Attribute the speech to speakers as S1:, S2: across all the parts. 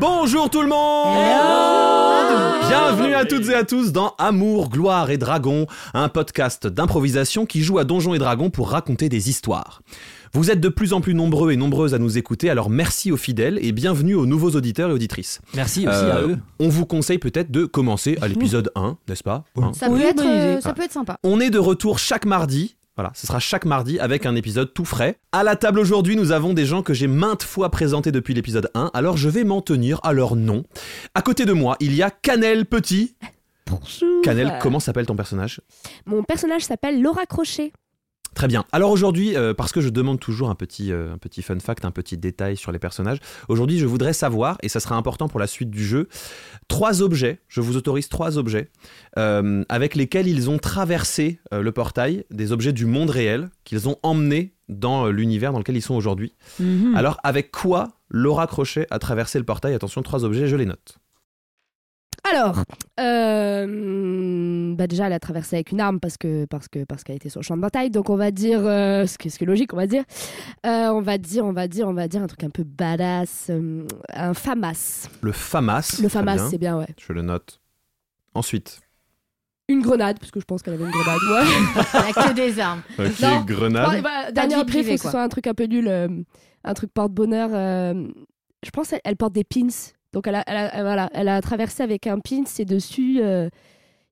S1: Bonjour tout le monde Bienvenue à toutes et à tous dans Amour, Gloire et Dragon, un podcast d'improvisation qui joue à Donjons et Dragons pour raconter des histoires. Vous êtes de plus en plus nombreux et nombreuses à nous écouter, alors merci aux fidèles et bienvenue aux nouveaux auditeurs et auditrices.
S2: Merci aussi
S1: Euh,
S2: à eux.
S1: On vous conseille peut-être de commencer à l'épisode 1, n'est-ce pas Hein
S3: Ça, peut, être, euh, ça peut être sympa.
S1: On est de retour chaque mardi. Voilà, ce sera chaque mardi avec un épisode tout frais. À la table aujourd'hui, nous avons des gens que j'ai maintes fois présentés depuis l'épisode 1, alors je vais m'en tenir à leur nom. À côté de moi, il y a Canel Petit. Canel, comment s'appelle ton personnage
S4: Mon personnage s'appelle Laura Crochet.
S1: Très bien. Alors aujourd'hui, euh, parce que je demande toujours un petit, euh, un petit fun fact, un petit détail sur les personnages, aujourd'hui je voudrais savoir, et ça sera important pour la suite du jeu, trois objets, je vous autorise trois objets, euh, avec lesquels ils ont traversé euh, le portail, des objets du monde réel, qu'ils ont emmenés dans euh, l'univers dans lequel ils sont aujourd'hui.
S4: Mhm.
S1: Alors avec quoi Laura Crochet a traversé le portail Attention, trois objets, je les note.
S4: Alors, euh, bah déjà, elle a traversé avec une arme parce que parce que parce qu'elle était sur le champ de bataille. Donc on va dire euh, ce, qui, ce qui est logique, on va dire, Euh, on va dire, on va dire, on va dire un truc un peu badass, euh, un famas.
S1: Le FAMAS.
S4: Le
S1: Très bien,
S4: famas, c'est bien, ouais.
S1: Je le note. Ensuite.
S4: Une grenade, parce que je pense qu'elle avait une grenade. Ouais.
S3: Elle a que des armes.
S1: Ok,
S3: Non.
S1: grenade.
S4: Ouais, bah, dernier
S3: vie
S4: brief,
S3: privée,
S4: faut que ce
S3: quoi.
S4: soit un truc un peu nul, euh, un truc porte-bonheur. euh, je pense qu'elle elle porte des pins. Donc elle a, elle a- elle- voilà, elle a traversé avec un pin et dessus, euh,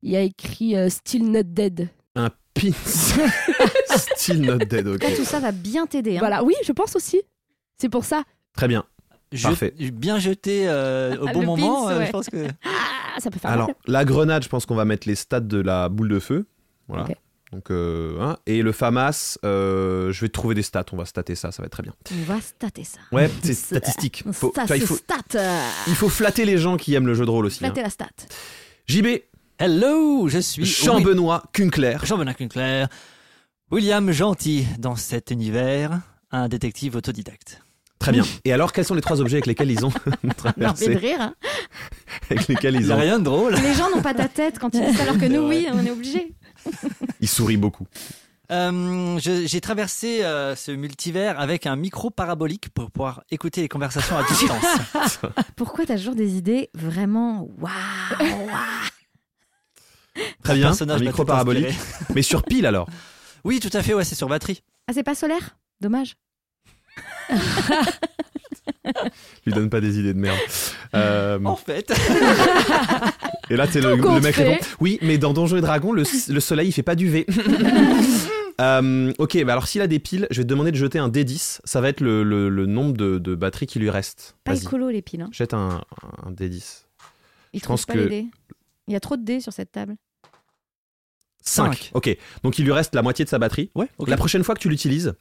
S4: il y a écrit euh, Still Not Dead.
S1: Un pins. Still not dead, ok.
S3: Toi, tout ça va bien t'aider. hein.
S4: Voilà, oui, je pense aussi. C'est pour ça.
S1: Très bien.
S2: Je-
S1: Parfait.
S2: Bien jeté euh, au
S3: Le
S2: bon moment.
S3: pins,
S2: euh,
S3: ouais.
S2: Je pense que.
S4: Ah, ça peut faire
S1: Alors,
S4: mal.
S1: la grenade, je pense qu'on va mettre les stats de la boule de feu. Voilà.
S4: Ok.
S1: Donc, euh, hein. Et le FAMAS, euh, je vais trouver des stats. On va stater ça, ça va être très bien.
S3: On va stater ça.
S1: Ouais, c'est
S3: Ça-
S1: statistique.
S3: On
S1: Faut-
S3: stat,
S1: tu vois, il,
S3: se
S1: faut,
S3: stat. euh,
S1: il faut flatter les gens qui aiment le jeu de rôle aussi. hein.
S3: Flatter la stat.
S1: JB,
S2: Hello, je suis Oui-
S1: Jean-Benoît Kunkler.
S2: Jean-Benoît Kunkler. William Gentil dans cet univers, un détective autodidacte.
S1: Très bien. Et alors, quels sont les trois objets avec lesquels ils ont
S3: Non, mais de
S1: traversé
S3: rire. hein.
S1: Avec lesquels
S2: Il
S1: ils
S2: n'y a
S1: ont.
S2: rien de drôle.
S3: Les gens n'ont pas ta tête quand ils disent ça, alors que nous, oui, on est obligés.
S1: Ils sourient beaucoup.
S2: Euh, je- J'ai traversé euh, ce multivers avec un micro parabolique pour pouvoir écouter les conversations à distance.
S3: Pourquoi t'as toujours des idées vraiment waouh waouh
S1: Très bien. Hein Un
S2: personnage m'a
S1: micro
S2: tout inspiré.
S1: parabolique. Mais sur pile alors.
S2: Oui, tout à fait, ouais, c'est sur batterie.
S3: Ah, c'est pas solaire Dommage.
S1: Lui donne pas des idées de merde. Euh,
S3: Oh,
S2: En fait.
S1: Et là, t'es le,
S4: Tout
S1: le mec
S4: compris.
S1: répond Oui, mais dans Donjons et Dragons, le, le soleil, il fait pas du V. Euh, ok, bah alors s'il a des piles, je vais te demander de jeter un D10. Ça va être le, le- le nombre de, de batteries qui lui reste.
S3: Pas
S1: Vas-y,
S3: écolo les piles. Hein.
S1: jette un, un D10.
S3: Ils
S1: Je pense
S3: trouvent pas
S1: que-
S3: les dés. Il y a trop de dés sur cette table.
S2: Cinq.
S1: Ok, donc il lui reste la moitié de sa batterie.
S2: Ouais, ok.
S1: La prochaine fois que tu l'utilises,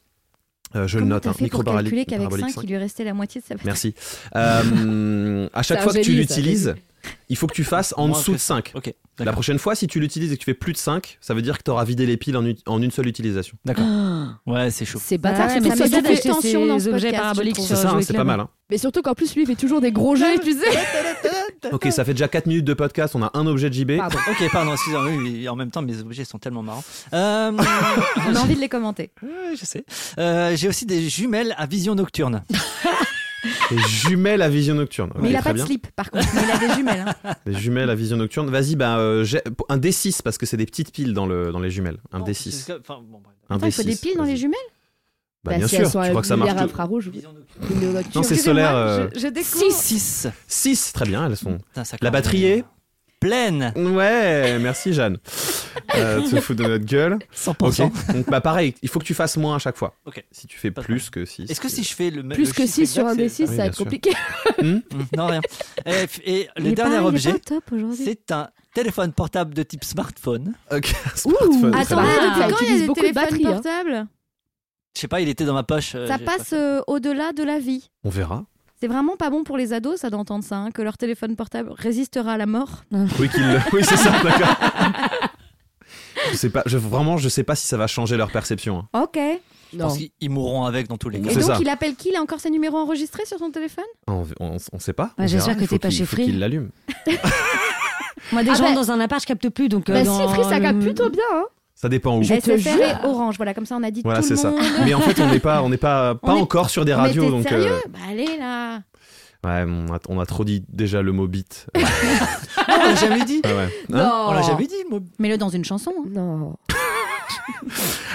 S1: euh, je le
S3: Comment
S1: note,
S3: t'as
S1: hein,
S3: fait pour
S1: micro-parabolique-
S3: calculer qu'avec
S1: parabolique
S3: 5, il lui restait la moitié de sa batterie
S1: Merci. Euh, à
S4: C'est
S1: chaque
S4: un
S1: fois que tu
S4: génie, ça.
S1: l'utilises, il faut que tu fasses en
S2: Moins
S1: dessous
S2: que
S1: de 5.
S2: Ok,
S1: La
S2: d'accord.
S1: prochaine fois, si tu l'utilises et que tu fais plus de 5, ça veut dire que tu auras vidé les piles en une- en une seule utilisation.
S2: Ouais, c'est chaud.
S5: C'est
S3: Ça,
S5: bâtard,
S3: ça
S5: c'est
S3: met
S5: mais
S3: bien
S5: surtout
S3: d'acheter
S5: que
S3: ces
S5: tension dans
S3: objets
S5: ce podcast,
S3: paraboliques
S5: tu
S1: C'est
S3: sur-
S5: trouves.
S1: ça, hein,
S3: jouer
S1: c'est
S3: clairement.
S1: pas mal. hein.
S4: Mais surtout qu'en plus, lui, il fait toujours des gros jeux, tu sais.
S1: hein. Ok, ça fait déjà 4 minutes de podcast, on a un objet de JB.
S4: Pardon.
S2: Ok, pardon, excusez-moi. oui, oui, en même temps, mes objets sont tellement marrants. Euh,
S3: On a envie de les commenter.
S2: ouais, je sais. Euh, J'ai aussi des jumelles à vision nocturne.
S1: Les jumelles à vision nocturne. Ok,
S3: Mais il a
S1: très
S3: pas de
S1: bien.
S3: slip, par contre. Mais il a des jumelles. hein.
S1: Les jumelles à vision nocturne. Vas-y, bah, euh, j'ai- un D6 parce que c'est des petites piles dans, le, dans les jumelles. Un
S2: Bon,
S1: D6.
S2: c'est- enfin, bon, bref.
S1: Un
S3: Oh, Attends, il faut
S1: D6,
S3: des piles dans les
S1: vas-y.
S3: jumelles
S1: Bah,
S4: Bah,
S1: bien
S4: si
S1: sûr,
S4: elles
S1: tu
S4: sont à
S1: crois que ça marche.
S4: lumière infrarouge,
S2: Vision nocturne.
S4: lumière nocturne.
S1: Non, c'est
S3: Excusez-moi,
S1: solaire. euh,
S3: Je, je découvre.
S2: 6
S1: 6, très bien, elles sont.
S2: Putain, ça
S1: La
S2: commence
S1: batterie
S2: bien.
S1: est
S2: pleine.
S1: Ouais, merci Jeanne. euh, te foutre de notre gueule.
S2: 100%.
S1: Ok. Donc, bah, pareil, il faut que tu fasses moins à chaque fois.
S2: Ok.
S1: Si tu fais
S2: Pas de
S1: plus que 6.
S2: Est-ce que si je fais le
S5: Plus que 6 sur un des 6,
S1: Oui,
S5: ça va
S1: bien
S5: être
S1: sûr.
S5: compliqué.
S2: Non, rien. Et, et
S3: Il
S2: le
S3: est
S2: dernier
S3: pas- il est
S2: objet,
S3: pas top aujourd'hui.
S2: c'est un téléphone portable de type smartphone.
S1: Smartphone,
S5: Ouh.
S1: très
S3: Ah,
S5: Attends,
S1: bien.
S5: va.
S4: depuis
S5: Ça
S4: quand il
S5: utilise
S4: y a des
S5: beaucoup de
S4: téléphones
S5: batterie, hein.
S4: portables
S1: Euh,
S2: Je sais pas, il était dans ma poche. euh,
S3: Ça
S2: j'ai
S3: passe
S2: pas-
S3: euh, au-delà de la vie.
S1: On verra.
S3: C'est vraiment pas bon pour les ados, ça, d'entendre ça, hein, que leur téléphone portable résistera à la mort.
S1: Oui, qu'il le- oui c'est ça, d'accord. Je sais pas, je, vraiment, je sais pas si ça va changer leur perception. hein.
S3: Ok.
S2: Je pense qu'ils ils mourront avec dans tous les cas.
S3: Et
S1: C'est
S3: donc,
S1: ça.
S3: il appelle qui Il a encore ses numéros enregistrés sur son téléphone
S1: On, on, on sait pas.
S6: Bah,
S1: on
S6: j'espère
S1: verra,
S6: que
S1: il faut
S6: t'es pas
S1: qu'il-
S6: chez
S1: faut
S6: Free.
S1: qu'il l'allume.
S6: Moi, des
S5: Ah
S6: gens
S5: bah-
S6: dans un appart, je capte plus. Donc, euh,
S5: Bah si,
S6: dans
S5: Free, ça
S6: le-
S5: capte plutôt bien. Hein.
S1: Ça dépend où.
S5: Je te
S3: SFR et
S5: jure.
S3: Orange, voilà, comme ça on a dit
S1: Voilà,
S3: Bah, tout le
S1: c'est ça.
S3: monde.
S1: Mais en fait, on n'est pas, on n'est pas, pas
S3: On est-
S1: encore sur des
S3: Mais
S1: radios,
S3: t'es
S1: donc.
S3: sérieux
S1: euh,
S3: Bah allez là
S1: ouais, on a, on a trop dit déjà le mot beat. Ouais,
S2: Ah, on l'a jamais dit.
S1: ouais. Hein
S3: Oh.
S2: On l'a jamais dit. moi.
S3: Mets-le dans une chanson. hein.
S5: Non.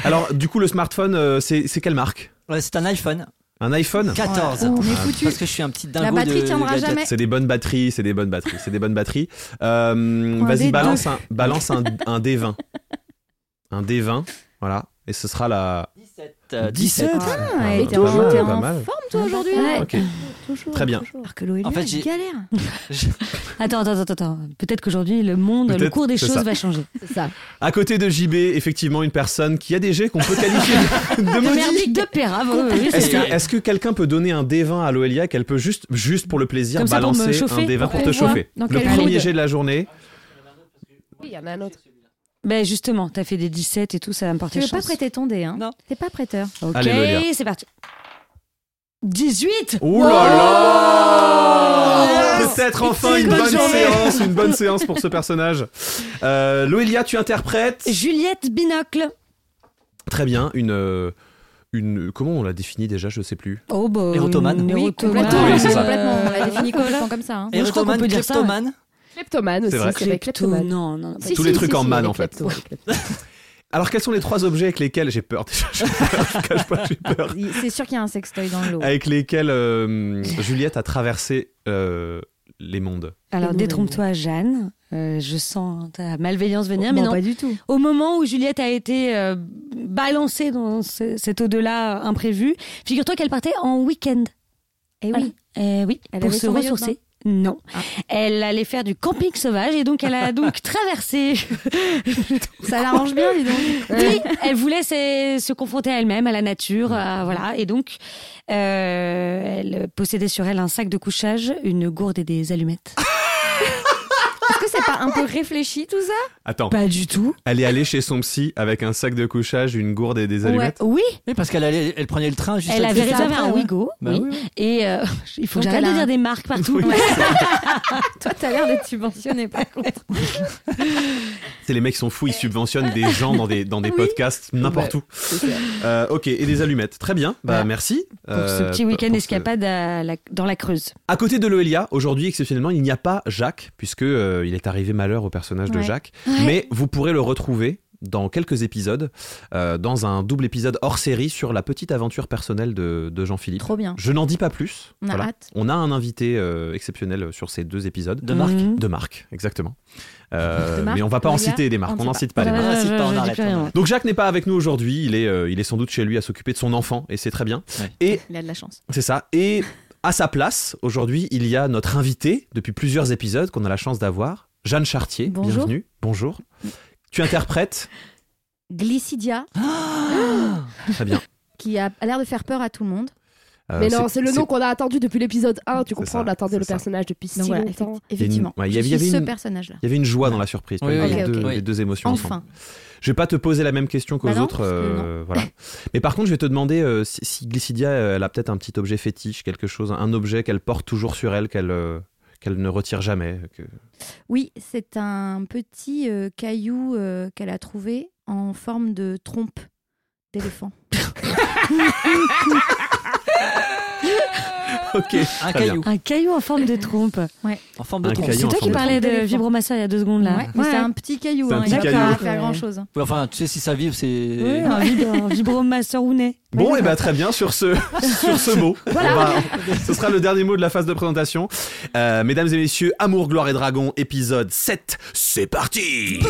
S1: Alors, du coup, le smartphone, euh, c'est c'est quelle marque
S2: Ouais, C'est un iPhone
S1: Un iPhone
S2: 14.
S3: On est foutu.
S2: Parce que je suis un petit dingo.
S3: oh. La batterie
S2: de-
S3: tiendra
S2: de gadgets.
S3: jamais.
S1: C'est des bonnes batteries, c'est des bonnes batteries, c'est des bonnes batteries. Euh,
S3: Un
S1: Vas-y,
S3: des
S1: balance un, balance un, un D20. Un D20, voilà. Et ce sera la.
S2: 17. euh,
S1: 17.
S2: 17.
S1: Ah,
S3: Ah,
S1: bah,
S3: et
S1: pas
S3: t'es en,
S1: mal,
S3: t'es
S1: pas
S3: en
S1: mal.
S3: forme toi aujourd'hui
S6: Ouais.
S3: là
S1: Ok.
S5: Toujours,
S1: Très bien.
S5: toujours.
S3: Alors que l'OL,
S2: En fait, j'ai-
S3: galère.
S6: Attends, attends, attends, attends. Peut-être qu'aujourd'hui, le monde, le
S1: Peut-être,
S6: cours des
S1: c'est
S6: choses
S1: ça.
S6: va changer.
S5: C'est ça.
S1: À côté de JB, effectivement, une personne qui a des jets qu'on peut qualifier de- de maudits.
S6: Merdique de pérave. oui, oui, oui,
S1: Est-ce
S6: c'est
S1: que,
S6: ça.
S1: est-ce que quelqu'un peut donner un D20 à l'Oelia qu'elle peut juste, juste pour le plaisir
S6: Comme ça, pour me
S1: balancer un
S6: chauffer,
S1: D20
S6: pour
S1: pour te
S6: qu'on voit
S1: chauffer
S6: dans
S1: Le
S6: quel
S1: premier
S6: mood.
S1: jet de la journée.
S5: Oui, il y en a un autre.
S6: Ben justement, t'as fait des 17 et tout, ça va me
S3: Tu
S6: porter
S3: veux pas
S6: chance.
S3: prêter ton dé, hein
S2: Non.
S3: T'es pas prêteur.
S6: Ok,
S1: Allez, Lolia.
S6: c'est parti. 18
S1: Oh là là
S6: Yes
S1: Peut-être enfin
S6: C'est
S1: une
S6: une bonne
S1: bonne
S6: journée.
S1: séance, une bonne séance pour ce personnage. Euh, Loelia, tu interprètes
S6: Juliette Binocle.
S1: Très bien, une euh, une comment on la définit déjà, je sais plus.
S6: Oh bah.
S2: Érotomane.
S6: une
S3: Oui,
S6: érotomane.
S3: complètement. hein,
S1: Oui, c'est ça.
S3: Complètement, On l'a défini complètement comme ça. hein.
S6: je crois qu'on
S2: Erotomane,
S6: peut dire ça, ouais.
S2: kleptomane.
S5: Kleptomane aussi,
S1: C'est vrai.
S5: c'est vrai,
S6: Klepto-
S5: kleptomane.
S6: Non, non, non.
S5: Si,
S1: Tous
S5: si,
S1: les
S5: si,
S1: trucs en
S5: si,
S1: man,
S5: les
S1: en fait.
S5: kleptos, les kleptos.
S1: Alors quels sont les trois objets avec lesquels j'ai peur déjà Je je cache pas, j'ai peur.
S3: Il- C'est sûr qu'il y a un sextoy dans l'eau.
S1: Avec lesquels euh, Juliette a traversé euh, les mondes.
S6: Alors
S5: Énorme.
S6: détrompe-toi, Jeanne. Euh, je sens ta malveillance venir, mais
S3: Bon, bah,
S6: non.
S3: pas du tout.
S6: Au moment où Juliette a été euh, balancée dans ce- cet au-delà imprévu, figure-toi qu'elle partait en week-end.
S3: Et
S6: Voilà.
S3: Eh oui.
S6: Euh, oui,
S3: Elle
S6: pour
S3: avait
S6: se
S3: son maillot de
S6: ressourcer. Non.
S3: Ah.
S6: Elle allait faire du camping sauvage et donc elle a donc traversé.
S3: Ça l'arrange bien, dis donc.
S6: Puis elle voulait se, se confronter à elle-même, à la nature, à- voilà. Et donc euh, elle possédait sur elle un sac de couchage, une gourde et des allumettes.
S3: Est-ce que c'est pas un peu réfléchi tout ça
S1: Attends,
S6: Pas du tout.
S1: elle est allée chez son psy avec un sac de couchage, une gourde et des
S3: Ouais.
S1: allumettes.
S6: Oui,
S2: Oui, parce qu'elle allait, elle prenait le train juste
S6: elle
S2: à
S6: avait
S2: côté.
S3: ça
S6: réservé
S3: après,
S6: un
S3: ouais.
S6: Wigo.
S2: Bah
S6: oui.
S2: oui, oui.
S6: Et euh, il faut que
S3: Donc,
S6: j'arrête
S3: elle
S6: de
S3: a
S6: dire
S3: un-
S6: des marques partout.
S3: Toi, t'as l'air d'être subventionné par contre.
S1: C'est les mecs qui sont fous, ils
S3: Eh.
S1: subventionnent des gens dans des, dans des podcasts,
S3: Bah,
S1: n'importe où. Euh, ok, et des allumettes. Très bien, bah
S6: Voilà.
S1: merci.
S6: Pour ce
S1: Euh,
S6: petit week-end
S1: pour ce-
S6: escapade à la- dans la Creuse.
S1: À côté de Loelia, aujourd'hui exceptionnellement, il n'y a pas Jacques, puisque euh, il est arrivé malheur au personnage de
S3: Ouais.
S1: Jacques. Mais vous pourrez le retrouver dans quelques épisodes, euh, dans un double épisode hors série sur la petite aventure personnelle de, de Jean-Philippe.
S3: Trop bien.
S1: Je n'en dis pas plus.
S3: On a
S1: Voilà.
S3: hâte.
S1: On a un invité euh, exceptionnel sur ces deux épisodes.
S2: De marque.
S6: Mhm.
S1: De marque, exactement. Euh,
S3: De marque,
S1: mais on va pas en
S3: Loelia,
S1: citer des marques,
S3: on ne
S1: on
S3: sait
S1: n'en
S3: pas.
S1: cite pas les
S6: Ouais,
S1: marques.
S2: marques. Ah,
S6: Ah, ouais,
S2: C'est
S6: ouais,
S2: pas, on
S6: je dis
S2: arrête,
S6: plus
S2: on
S6: rien.
S2: arrête.
S1: Donc Jacques n'est pas avec nous aujourd'hui, il est, euh, il est sans doute chez lui à s'occuper de son enfant, et c'est très bien.
S2: Ouais.
S1: Et
S3: Il a de la chance.
S1: c'est ça. Et à sa place, aujourd'hui, il y a notre invité depuis plusieurs épisodes qu'on a la chance d'avoir, Jeanne Chartier.
S3: Bonjour.
S1: Bienvenue. Bonjour. Tu interprètes
S3: Glycidia,
S2: Ah,
S1: Très bien.
S3: qui a l'air de faire peur à tout le monde.
S1: Euh,
S5: Mais non,
S1: c'est-
S5: c'est le
S1: c'est-
S5: nom qu'on a attendu depuis l'épisode 1, tu
S1: C'est
S5: comprends,
S1: ça,
S5: on attendait
S1: c'est
S5: le
S1: ça.
S5: personnage depuis si
S3: Donc voilà,
S5: longtemps.
S3: effecti- effectivement.
S1: ouais, il y
S3: je
S1: avait- il y
S3: suis
S1: avait
S3: ce
S1: une-
S3: personnage-là.
S1: Il y avait une joie dans la surprise, tu
S2: Oui,
S1: vois,
S3: oui,
S1: les,
S3: ok,
S1: deux,
S2: ok.
S1: les deux émotions ensemble.
S3: Enfin.
S1: Je vais pas te poser la même question qu'aux
S3: Bah non,
S1: autres.
S3: parce que
S1: euh, voilà. Mais par contre, je vais te demander euh, si, si Glycidia, euh, elle a peut-être un petit objet fétiche, quelque chose, un objet qu'elle porte toujours sur elle, qu'elle euh, qu'elle ne retire jamais. que-
S3: Oui, c'est un petit euh, caillou euh, qu'elle a trouvé en forme de trompe d'éléphant.
S1: Ok.
S2: Un
S1: Très bien.
S2: caillou.
S6: Un caillou en forme de trompe.
S2: En forme de
S1: Un
S2: trompe.
S1: caillou
S6: C'est
S1: en
S6: toi qui
S1: forme de
S6: parlais
S3: trompe.
S6: de vibromasseur il y a deux secondes là.
S3: Ouais, mais C'est un petit caillou,
S1: C'est un
S3: hein,
S1: petit
S3: il va
S1: caillou.
S3: pas faire hein.
S6: Ouais.
S3: grand chose.
S2: Oui, Enfin, tu sais, si ça vive, c'est.
S6: Ouais, un, vib- un vibromasseur ou nez.
S1: Bon, et ben très bien sur ce, sur ce mot. On va- ce sera le dernier mot de la phase de présentation. Euh, mesdames et messieurs, Amour, Gloire et Dragon, épisode 7, c'est parti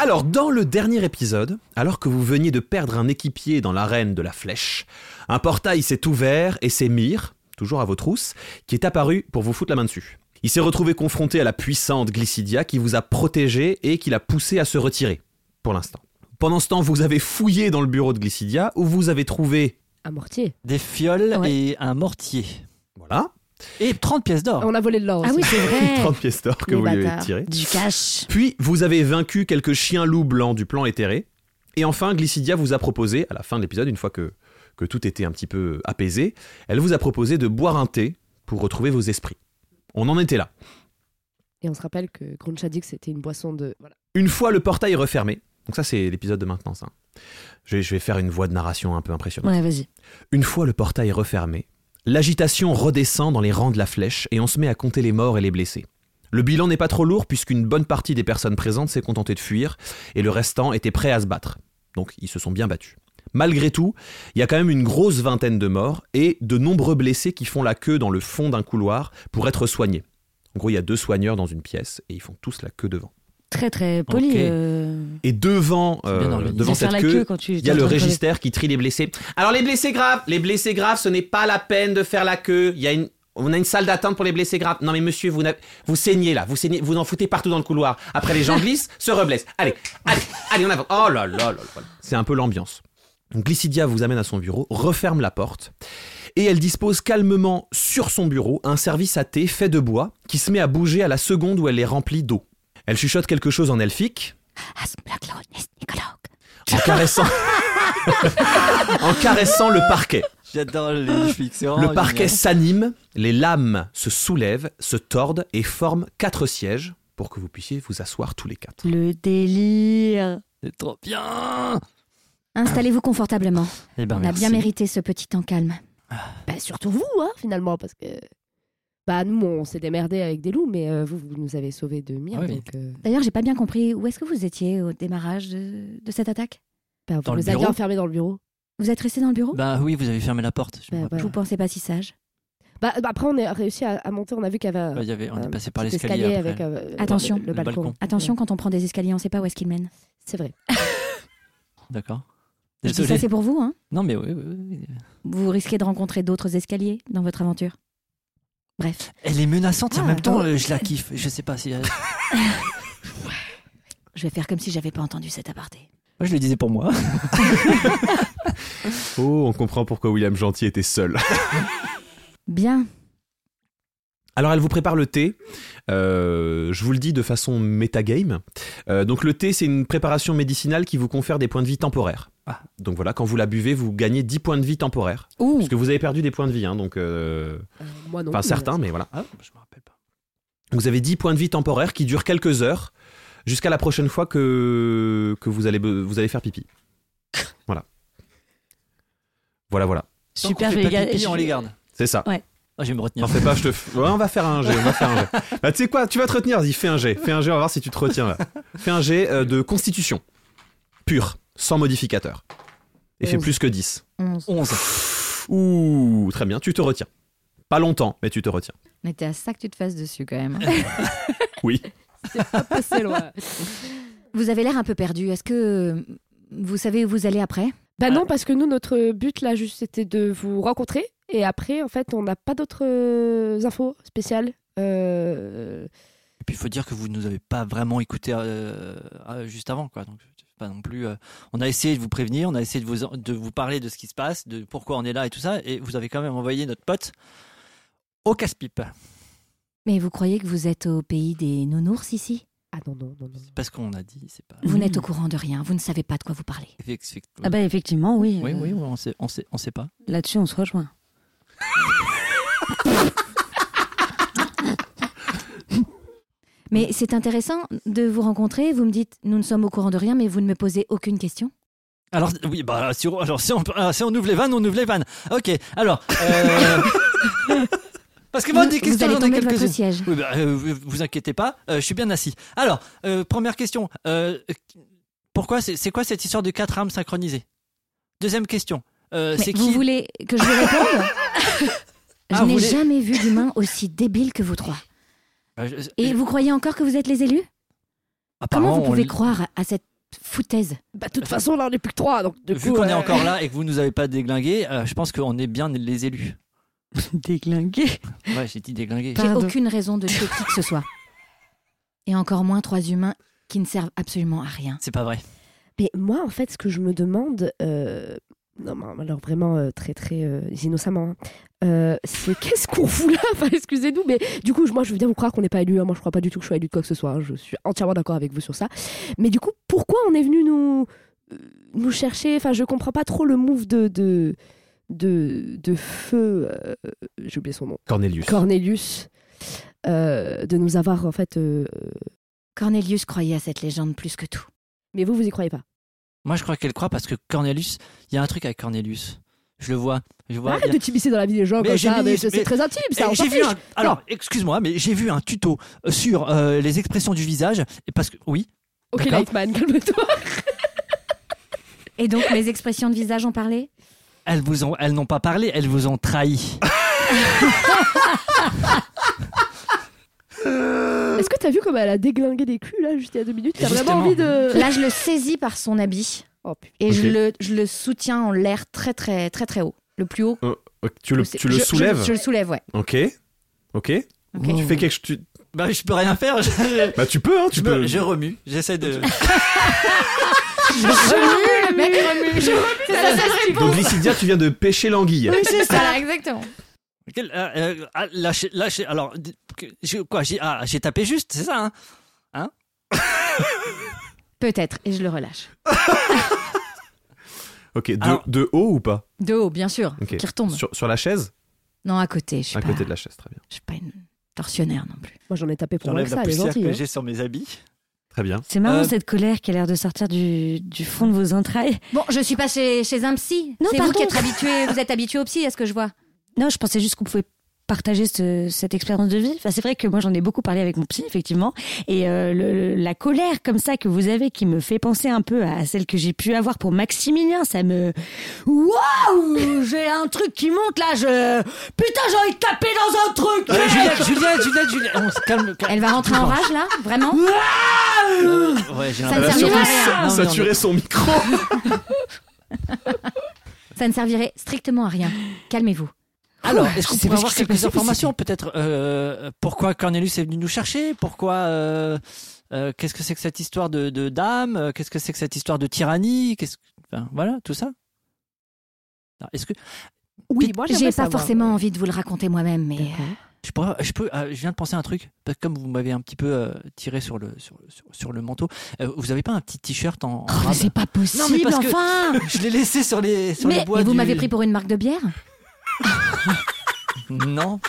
S1: Alors, dans le dernier épisode, alors que vous veniez de perdre un équipier dans l'arène de la flèche, un portail s'est ouvert et c'est Myr, toujours à vos trousses, qui est apparu pour vous foutre la main dessus. Il s'est retrouvé confronté à la puissante Glycidia qui vous a protégé et qui l'a poussé à se retirer, pour l'instant. Pendant ce temps, vous avez fouillé dans le bureau de Glycidia où vous avez trouvé,
S5: Un mortier.
S2: Des fioles
S6: Ouais.
S2: et un mortier.
S1: voilà,
S2: Et 30 pièces d'or.
S5: On a volé de l'or
S6: Ah
S5: aussi.
S6: oui, c'est vrai.
S1: 30 pièces d'or que
S4: Eh, Les
S1: vous lui avez
S4: bâtards.
S1: tiré.
S6: du cash.
S1: Puis vous avez vaincu quelques chiens loups blancs du plan éthéré. Et enfin, Glycidia vous a proposé, à la fin de l'épisode, une fois que, que tout était un petit peu apaisé, elle vous a proposé de boire un thé pour retrouver vos esprits. On en était là.
S5: Et on se rappelle que Gruncha dit que c'était une boisson de. Voilà.
S1: Une fois le portail refermé, donc ça c'est l'épisode de maintenance, hein. je, vais- je vais faire une voix de narration un peu impressionnante.
S6: Ouais, vas-y.
S1: Une fois le portail refermé, l'agitation redescend dans les rangs de la flèche et on se met à compter les morts et les blessés. Le bilan n'est pas trop lourd puisqu'une bonne partie des personnes présentes s'est contentée de fuir et le restant était prêt à se battre. Donc ils se sont bien battus. Malgré tout, il y a quand même une grosse vingtaine de morts et de nombreux blessés qui font la queue dans le fond d'un couloir pour être soignés. En gros, il y a deux soigneurs dans une pièce et ils font tous la queue devant.
S6: Très très poli.
S2: Ok.
S6: euh,
S1: Et devant,
S2: C'est bien
S1: euh,
S2: organisé.
S1: devant
S6: de faire
S1: cette
S6: la
S1: queue,
S6: quand tu.
S1: il y a le registaire qui trie les blessés. Alors les blessés graves, les blessés graves, ce n'est pas la peine de faire la queue. Il y a une on a une salle d'attente pour les blessés graves. Non mais monsieur, vous, n'avez- vous saignez là, vous saignez, vous en foutez partout dans le couloir. Après les gens glissent, se reblessent. Allez, allez, allez, on avance. Oh là là là là. là. C'est un peu l'ambiance. Donc Glycidia vous amène à son bureau, referme la porte et elle dispose calmement sur son bureau un service à thé fait de bois qui se met à bouger à la seconde où elle est remplie d'eau. Elle chuchote quelque chose en elfique en caressant, en caressant le parquet.
S2: J'adore les flics. c'est vraiment
S1: Le parquet
S2: génial.
S1: s'anime, les lames se soulèvent, se tordent et forment quatre sièges pour que vous puissiez vous asseoir tous les quatre.
S6: Le délire.
S2: C'est trop bien.
S4: Installez-vous confortablement.
S2: Eh ben,
S4: On a
S2: merci.
S4: bien mérité ce petit temps calme.
S5: Bah, surtout vous, hein, finalement, parce que. Bah, nous, on s'est démerdé avec des loups, mais euh, vous, vous nous avez sauvés de mire.
S2: Ouais,
S5: donc, euh,
S4: D'ailleurs, j'ai pas bien compris où est-ce que vous étiez au démarrage de, de cette attaque.
S5: bah, vous
S2: Dans le
S5: nous avez
S2: bureau
S5: enfermés dans le bureau.
S4: Vous êtes resté dans le bureau
S2: Bah oui, vous avez fermé la porte. Je me
S5: Bah,
S2: rappelle.
S5: ouais.
S4: Je vous pensais pas si sage.
S5: Bah, bah, après, on a réussi à, à monter. On a vu qu'il y avait un
S2: Bah, il y avait, on est
S5: euh,
S2: passé par
S5: petit
S2: l'escalier.
S5: escalier
S2: après.
S5: avec euh, le-
S4: Attention.
S5: le,
S2: Le
S5: balcon.
S2: balcon.
S4: Attention, quand on prend des escaliers, on sait pas où est-ce qu'ils mènent.
S5: C'est vrai.
S2: D'accord.
S4: Je dis
S2: Désolé.
S4: ça, c'est pour vous. Hein
S2: non mais oui, oui, oui.
S4: vous risquez de rencontrer d'autres escaliers dans votre aventure. Bref.
S2: Elle est menaçante et en
S4: Ah,
S2: même temps,
S4: ouais.
S2: euh, je la kiffe. Je sais pas si. euh, Moi,
S4: Je vais faire comme si j'avais pas entendu cet aparté.
S2: je le disais pour moi.
S1: Oh, on comprend pourquoi William Gentil était seul.
S4: Bien.
S1: Alors elle vous prépare le thé. Euh, je vous le dis de façon métagame. Euh, donc le thé, c'est une préparation médicinale qui vous confère des points de vie temporaires.
S2: Ah.
S1: Donc voilà, quand vous la buvez, vous gagnez 10 points de vie temporaires.
S6: Ouh.
S1: Parce que vous avez perdu des points de vie, hein, donc... euh,
S5: Euh, moi non.
S1: Enfin
S5: mais-
S1: certains, mais voilà.
S2: Ah, je me rappelle pas.
S1: Vous avez 10 points de vie temporaires qui durent quelques heures jusqu'à la prochaine fois que, que vous, allez, be- vous allez faire pipi. Voilà. Voilà, voilà.
S6: Super, je
S2: je
S6: vais les ga- je-
S2: On les garde.
S1: C'est ça.
S2: Ah, je vais me retenir.
S1: T'en fais pas, je te. f- Ouais, on va faire un G. On va faire un jet. Bah, tu sais quoi, tu vas te retenir. Vas-y, fais un G. Fais un G, on va voir si tu te retiens là. Fais un G euh, de constitution. Pure, sans modificateur. Et fais
S5: Onze.
S1: plus que 10.
S4: 11.
S2: 11.
S1: Ouh, très bien, tu te retiens. Pas longtemps, mais tu te retiens.
S4: Mais t'es à ça que tu te fasses dessus quand même.
S1: Oui.
S5: C'est loin.
S4: vous avez l'air un peu perdu. Est-ce que euh, vous savez où vous allez après
S5: Bah non, parce que nous, notre but là, juste, c'était de vous rencontrer. Et après, en fait, on n'a pas d'autres euh, infos spéciales. Euh,
S2: Et puis il faut dire que vous nous avez pas vraiment écouté euh, euh, juste avant quoi. Donc c'est pas non plus euh, on a essayé de vous prévenir, on a essayé de vous de vous parler de ce qui se passe, de pourquoi on est là et tout ça et vous avez quand même envoyé notre pote au casse-pipe
S4: Mais vous croyez que vous êtes au pays des nounours ici
S5: Ah non, non, non, non.
S2: C'est pas ce qu'on a dit, c'est pas
S4: Vous
S6: Mhm.
S4: n'êtes au courant de rien. Vous ne savez pas de quoi vous parlez.
S2: Effectivement.
S6: Ah bah effectivement, oui.
S2: oui,
S6: euh,
S2: oui, oui, on sait, on sait, on sait pas.
S6: Là-dessus, on se rejoint.
S4: Mais c'est intéressant de vous rencontrer. Vous me dites, nous ne sommes au courant de rien, mais vous ne me posez aucune question.
S2: Alors oui, bah si on, alors si on, ah, si on ouvre les vannes, on ouvre les vannes. Ok, alors euh, parce que moi
S4: vous,
S2: des
S4: vous
S2: questions,
S4: allez
S2: j'en ai
S4: tomber de
S2: quelques
S4: votre siège.
S2: Oui, bah, euh, vous, vous inquiétez pas, euh, je suis bien assis. Alors, euh, première question. euh, pourquoi c'est c'est quoi cette histoire de quatre âmes synchronisées Deuxième question. euh,
S4: Mais
S2: c'est
S4: vous
S2: qui
S4: voulez que je vous réponde Je
S2: Ah, vous
S4: n'ai
S2: voulez-
S4: jamais vu d'humain aussi débile que vous trois.
S2: Bah, je-
S4: Et vous croyez encore que vous êtes les élus Comment
S2: apparemment,
S4: vous
S2: on
S4: pouvez
S2: lit-
S4: croire à cette
S6: foutaise.
S4: Bah, de toute façon, là, on n'est plus que trois. Donc, du
S2: Vu
S4: coup,
S2: qu'on est
S4: euh,
S2: encore là et que vous nous avez pas déglingué, euh, je pense qu'on est bien les élus.
S6: Déglingué.
S2: Ouais, j'ai dit déglingué.
S3: J'ai
S6: Pardon.
S3: aucune raison de tuer qui que ce soit. Et encore moins trois humains qui ne servent absolument à rien.
S2: C'est pas vrai.
S4: Mais moi, en fait, ce que je me demande, euh, non, mais alors vraiment euh, très très euh, innocemment, hein, euh, c'est qu'est-ce qu'on fout là Enfin, excusez-nous, mais du coup, je- moi, je veux bien vous croire qu'on n'est pas élu. hein. Moi, je crois pas du tout que je sois élu de quoi que ce soit. hein. Je suis entièrement d'accord avec vous sur ça. Mais du coup, pourquoi on est venu nous euh, nous chercher Enfin, je comprends pas trop le move de de de, de feu. euh, J'ai oublié son nom.
S1: Cornelius.
S4: Cornelius. euh, de nous avoir en fait. euh,
S3: Cornelius croyait à cette légende plus que tout.
S4: Mais vous, vous y croyez pas
S2: Moi, je crois qu'elle croit parce que Cornelius, il y a un truc avec Cornelius. Je le vois. Je vois.
S4: Arrête
S2: il y a-
S4: de tibisser dans la vie des gens
S2: Mais
S4: comme
S2: j'ai
S4: ça.
S2: mis-
S4: mais c'est c'est
S2: mais-
S4: très intime, ça.
S2: Eh,
S4: on s'en
S2: j'ai vu
S4: fiche.
S2: un- Alors, excuse-moi, mais j'ai vu un tuto sur euh, les expressions du visage. Et parce que oui,
S4: Ok,
S2: D'accord.
S4: Lightman, calme-toi.
S3: Et donc, mes expressions de visage ont parlé
S2: elles vous ont, elles n'ont pas parlé, elles vous ont trahi.
S4: Est-ce que t'as vu comme elle a déglingué des culs là juste il y a deux minutes T'as vraiment
S2: Justement.
S4: envie de.
S3: Là, je le saisis par son habit
S4: Oh, putain.
S3: et je,
S1: Ok.
S3: le, je le soutiens en l'air très, très, très, très haut. Le plus haut.
S1: Tu le,
S3: possible.
S1: tu le
S3: Oh, Je- je-
S1: soulèves Oh.
S3: Je, le soulève, ouais.
S1: Ok. Ok.
S3: Ok.
S1: Tu fais quelque chose. tu-
S2: Bah, je peux rien faire. Je,
S1: Bah, tu peux, hein,
S2: je
S1: tu
S2: me-
S1: peux.
S2: je remue. J'essaie de.
S3: le mec remue. C'est la seule réponse.
S1: Donc, Glycidia, tu viens de pêcher l'anguille.
S3: Oui, c'est ça. Voilà, exactement.
S2: Quel- euh, euh, ah, lâchez, lâchez. Alors, d- que- je- quoi J'ai ah, j'ai tapé juste, c'est ça hein
S3: Peut-être, et je le relâche.
S1: Ok, de,
S2: Alors-
S1: de haut ou pas
S3: De haut, bien sûr,
S1: Ok.
S3: qui retombe.
S1: sur, sur la chaise
S3: Non, à côté, je suis
S1: À
S3: pas,
S1: côté de la chaise, très bien.
S3: je suis pas une tortionnaire non plus.
S4: Moi j'en ai tapé pour rien
S2: J'enlève
S4: que ça,
S2: la
S4: elle est
S2: poussière
S4: gentille.
S2: que
S4: hein.
S2: j'ai sur mes habits.
S1: Très bien.
S6: C'est marrant
S2: Euh,
S6: cette colère qui a l'air de sortir du, du fond de vos entrailles.
S3: Bon, je suis pas chez, chez un psy.
S6: Non,
S3: C'est vous
S6: pardon.
S3: qui êtes habitué, vous êtes habitué au psy, à ce que je vois.
S6: Non, je pensais juste qu'on pouvait partager ce- cette expérience de vie. Enfin, c'est vrai que moi, j'en ai beaucoup parlé avec mon psy, effectivement. Et euh, le- le- la colère comme ça que vous avez, qui me fait penser un peu à celle que j'ai pu avoir pour Maximilien, ça me... Waouh J'ai un truc qui monte, là. Je... Putain, j'ai envie de taper dans un truc
S2: Euh, Juliette, Juliette, Juliette, Juliette, on se calme. calme.
S3: Elle va rentrer en rage là, vraiment
S2: Euh, ouais, j'ai
S3: Ça ne
S2: l'impression-
S3: servira à
S2: Non, mais
S3: rien.
S2: on est-
S1: Saturer son micro
S3: Ça ne servirait strictement à rien. Calmez-vous.
S2: Alors, est-ce qu'on
S6: Je sais
S2: pourrait
S6: pas ce
S2: avoir
S6: qui s'est
S2: quelques
S6: passé,
S2: informations Peut-être euh, pourquoi Cornelius est venu nous chercher Pourquoi euh, euh, Qu'est-ce que c'est que cette histoire de, de dame Euh, Qu'est-ce que c'est que cette histoire de tyrannie Qu'est-ce que- enfin, Voilà, tout ça. Alors, Est-ce que
S4: Oui, moi
S3: J'ai
S4: j'aimerais
S3: pas
S4: savoir.
S3: forcément envie de vous le raconter moi-même, mais euh, oh,
S2: je, pourrais- je peux euh, Je viens de penser à un truc. Parce que Comme vous m'avez un petit peu euh, tiré sur le sur, sur- sur le manteau, euh, vous avez pas un petit t-shirt en, en
S6: Oh, mais
S2: rab
S6: c'est pas possible,
S2: Non, mais parce que-
S6: enfin
S2: Je l'ai laissé sur les sur
S3: mais,
S2: les bois.
S3: mais vous
S2: du-
S3: m'avez pris pour une marque de bière
S2: Non.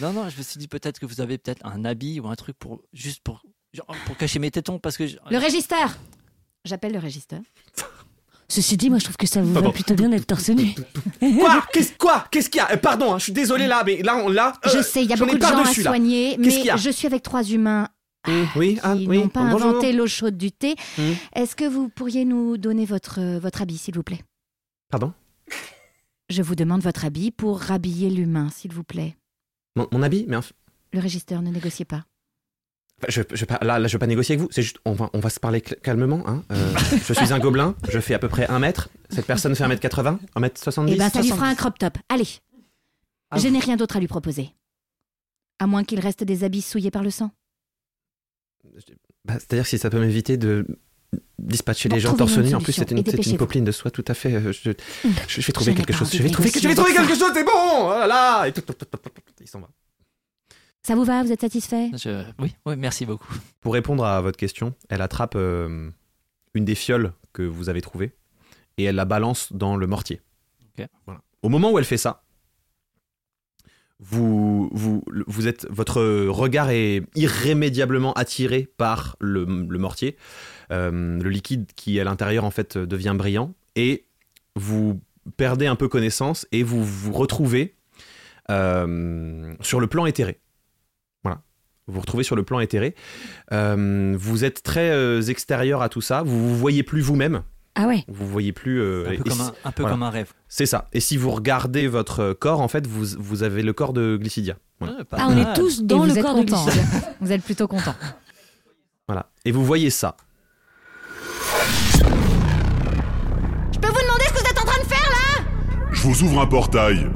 S2: non, non, je me suis dit peut-être que vous avez peut-être un habit ou un truc pour juste pour genre, pour cacher mes tétons parce que je-
S3: Le régisseur. J'appelle le régisseur.
S6: Ceci dit, moi, je trouve que ça vous
S1: Pardon.
S6: va plutôt bien d'être torse nu.
S1: Quoi Qu'est-ce quoi Qu'est-ce qu'il y a Euh, Pardon, hein, je suis désolé là, mais là, on l'a. euh,
S3: je sais, il y a
S1: j'en ai
S3: beaucoup de
S1: pas
S3: gens à
S1: dessus, là.
S3: soigner,
S1: Qu'est-ce qu'il y
S3: mais
S1: a
S3: je suis avec trois humains
S1: Oui,
S3: qui
S1: ah, oui.
S3: n'ont pas
S1: Bonjour.
S3: inventé l'eau chaude du thé.
S1: Mm.
S3: Est-ce que vous pourriez nous donner votre, euh, votre habit, s'il vous plaît
S1: Pardon
S3: Je vous demande votre habit pour rhabiller l'humain, s'il vous plaît.
S1: Mon, mon habit Mais enfin,
S3: Le régisseur, ne négociez pas.
S1: je, je vais pas, là, là, je vais pas négocier avec vous. C'est juste, on va, on va se parler cl- calmement. Hein. Euh, je suis un gobelin, je fais à peu près 1 mètre. Cette personne fait 1m80, 1m70.
S3: Eh ben, ça lui fera un crop top. Allez.
S2: Ah
S3: je
S2: bon.
S3: n'ai rien d'autre à lui proposer. À moins qu'il reste des habits souillés par le sang.
S1: Bah, C'est-à-dire si ça peut m'éviter de dispatcher
S3: Bon,
S1: les gens
S3: trouvez-nous
S1: torse
S3: une
S1: nu. En plus,
S3: solution
S1: c'est une,
S3: et
S1: c'est une
S3: dépêchez-vous.
S1: popeline de soie tout à fait. euh, Je, je- je vais
S3: Je
S1: trouver
S3: n'ai
S1: quelque
S3: pas
S1: chose.
S3: envie
S1: Je vais
S3: de
S1: trouver, je vais
S3: négocier
S1: trouver
S3: avec
S1: quelque chose. C'est bon. Oh là là. Et tout, tout, tout, tout, tout, tout, Il s'en va.
S3: Ça vous va Vous êtes satisfait
S2: Je- Oui, oui, merci beaucoup.
S1: Pour répondre à votre question, elle attrape euh, une des fioles que vous avez trouvées et elle la balance dans le mortier.
S2: Ok.
S1: Voilà. Au moment où elle fait ça, vous, vous, vous êtes, votre regard est irrémédiablement attiré par le, le mortier. Euh, le liquide qui à l'intérieur en fait devient brillant et vous perdez un peu connaissance et vous vous retrouvez euh, sur le plan éthéré. Voilà. Vous vous retrouvez sur le plan éthéré. Euh, vous êtes très euh, extérieur à tout ça. Vous vous voyez plus vous-même.
S6: Ah ouais
S1: Vous voyez plus. euh,
S2: Un peu,
S1: et
S2: comme
S1: si-
S2: un, un peu
S1: voilà.
S2: comme un rêve.
S1: C'est ça. Et si vous regardez votre corps, en fait, vous, vous avez le corps de Glycidia. Voilà.
S2: Ouais, pas
S6: Ah, on
S2: mal.
S6: est tous dans
S3: Et
S6: le
S3: vous êtes
S6: corps de
S3: content.
S6: Glycine.
S3: Vous êtes plutôt content.
S1: Voilà. Et vous voyez ça.
S7: Je vous ouvre un portail.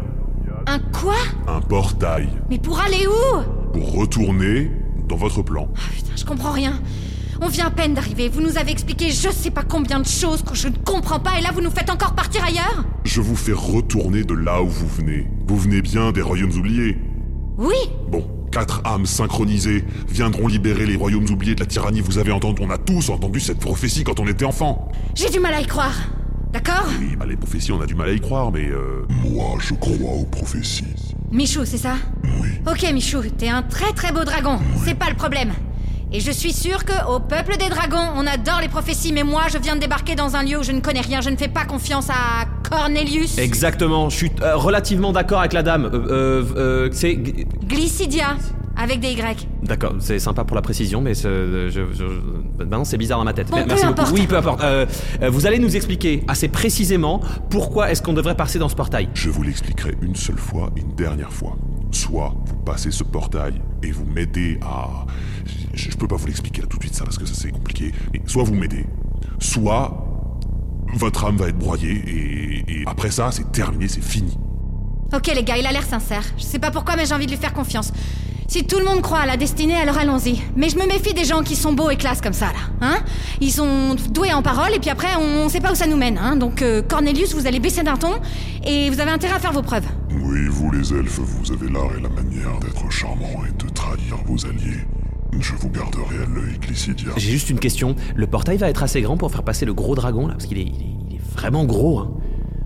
S3: Un quoi
S7: Un portail.
S3: Mais pour aller où
S7: Pour retourner dans votre plan.
S3: Putain, je comprends rien. On vient à peine d'arriver, vous nous avez expliqué je sais pas combien de choses que je ne comprends pas et là vous nous faites encore partir ailleurs
S7: Je vous fais retourner de là où vous venez. Vous venez bien des royaumes oubliés.
S3: Oui
S7: Bon, quatre âmes synchronisées viendront libérer les royaumes oubliés de la tyrannie. Vous avez entendu, on a tous entendu cette prophétie quand on était enfant.
S3: J'ai du mal à y croire. D'accord
S7: Oui, bah les prophéties, on a du mal à y croire, mais euh... Moi, je crois aux prophéties.
S3: Michou, c'est ça
S7: Oui.
S3: Ok Michou, t'es un très très beau dragon, c'est pas le problème. Et je suis sûre que, au peuple des dragons, on adore les prophéties, mais moi je viens de débarquer dans un lieu où je ne connais rien, je ne fais pas confiance à Cornelius.
S1: Exactement, je suis euh, relativement d'accord avec la dame. Euh, euh, euh, c'est.
S3: Glycidia, avec des Y.
S1: D'accord, c'est sympa pour la précision, mais c'est- euh, je, je- je- maintenant c'est bizarre dans ma tête.
S3: Bon,
S1: Mais-
S3: peu
S1: Merci beaucoup.
S3: importe.
S1: Oui, peu importe. Euh, euh, vous allez nous expliquer assez précisément pourquoi est-ce qu'on devrait passer dans ce portail.
S7: Je vous l'expliquerai une seule fois, et une dernière fois. Soit vous passez ce portail et vous m'aidez à... Je, je peux pas vous l'expliquer là tout de suite ça parce que ça c'est compliqué. Mais soit vous m'aidez, soit votre âme va être broyée et, et après ça c'est terminé, c'est fini.
S3: Ok les gars, il a l'air sincère. Je sais pas pourquoi, mais j'ai envie de lui faire confiance. Si tout le monde croit à la destinée, alors allons-y. Mais je me méfie des gens qui sont beaux et classe comme ça, là. Hein Ils sont doués en parole, et puis après, on, on sait pas où ça nous mène. Hein Donc, euh, Cornelius, vous allez baisser d'un ton, et vous avez intérêt à faire vos preuves.
S7: Oui, vous les elfes, vous avez l'art et la manière d'être charmant et de trahir vos alliés. Je vous garderai à l'œil, Glycidia.
S1: J'ai juste une question. Le portail va être assez grand pour faire passer le gros dragon là, parce qu'il est, il est- il est vraiment gros. hein.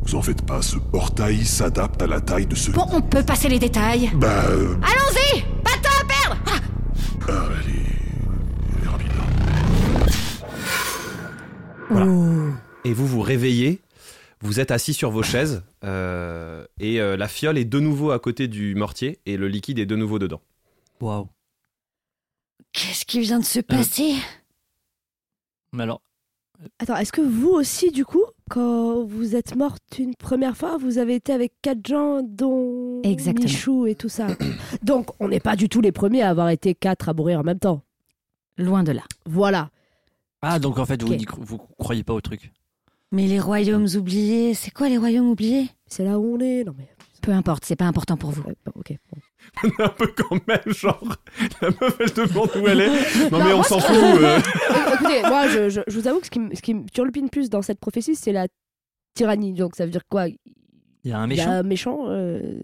S7: Vous en faites pas, ce portail s'adapte à la taille de ce...
S3: Bon, on peut passer les détails.
S7: Bah... euh,
S3: Allons-y Pas de temps à perdre Ah
S7: ah, elle est- elle est rapide. hein.
S1: Et vous vous réveillez, vous êtes assis sur vos chaises, euh, et euh, la fiole est de nouveau à côté du mortier, et le liquide est de nouveau dedans.
S2: Waouh.
S6: Qu'est-ce qui vient de se passer
S2: Mais alors,
S5: Attends, est-ce que vous aussi, du coup, quand vous êtes morte une première fois, vous avez été avec quatre gens, dont
S6: Exactement.
S5: Michou et tout ça Donc, on n'est pas du tout les premiers à avoir été quatre à mourir en même temps.
S6: Loin de là.
S5: Voilà.
S2: ah donc en fait vous,
S5: Ok.
S2: n'y cro- vous croyez pas au truc.
S6: Mais les royaumes oubliés, c'est quoi les royaumes oubliés
S5: C'est là où on est. Non, mais.
S6: Peu importe, c'est pas important pour vous.
S5: ouais, bon, ok. bon.
S1: un peu quand même, genre, la meuf elle demande où elle est. Non,
S5: Non,
S1: mais on
S5: moi,
S1: s'en
S5: ce
S1: fout.
S5: que-
S1: euh.
S5: Euh, Écoutez, moi, je, je- je vous avoue que ce qui, me- ce qui me turlupine plus dans cette prophétie, c'est la tyrannie. Donc, ça veut dire quoi
S2: Il y a un
S5: Il y
S2: méchant.
S5: a un méchant, euh,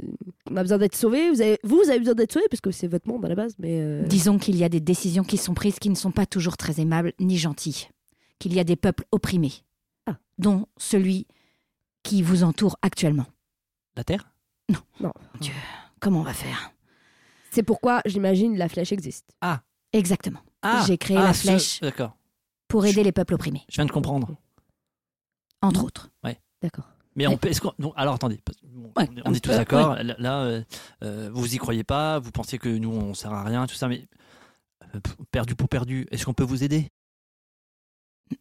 S5: on a besoin d'être sauvé. Vous avez, vous, vous avez besoin d'être sauvé, parce que c'est votre monde à la base, mais. euh,
S3: Disons qu'il y a des décisions qui sont prises qui ne sont pas toujours très aimables ni gentilles. Qu'il y a des peuples opprimés.
S5: Ah.
S3: Dont celui qui vous entoure actuellement.
S2: La Terre
S5: Non.
S3: Comment on va faire
S5: C'est pourquoi, j'imagine, la flèche existe.
S3: Exactement. J'ai créé
S2: ah,
S3: la
S2: ce-
S3: flèche.
S2: D'accord.
S3: Pour aider les peuples opprimés,
S2: Je viens de comprendre.
S3: entre autres.
S5: D'accord.
S2: Mais on peut- est-ce qu'on- non, alors attendez, parce- bon,
S3: Ouais.
S2: on, est, on est tous
S3: Euh,
S2: d'accord. Là, là, euh, euh, vous y croyez pas, vous pensez que nous on sert à rien, tout ça, mais euh, pff, perdu pour perdu. Est-ce qu'on peut vous aider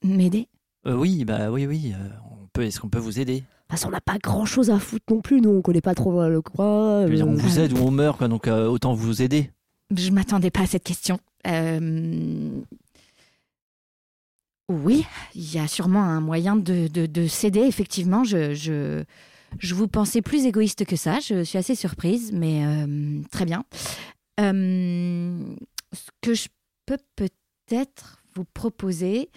S3: M- M'aider
S2: Euh, Oui, bah oui, oui. euh, on peut. Est-ce qu'on peut vous aider
S4: Ah,
S5: Parce qu'on n'a pas grand chose à foutre non plus, nous on connaît pas trop euh, le coin.
S2: Je veux dire, On
S5: euh,
S2: vous aide ou on meurt, quoi. Donc euh, autant vous aider.
S3: Je m'attendais pas à cette question. Euh, Oui, il y a sûrement un moyen de, de, de s'aider, effectivement. Je, je, je vous pensais plus égoïste que ça. Je suis assez surprise, mais euh, très bien. Euh, Ce que je peux peut-être vous proposer,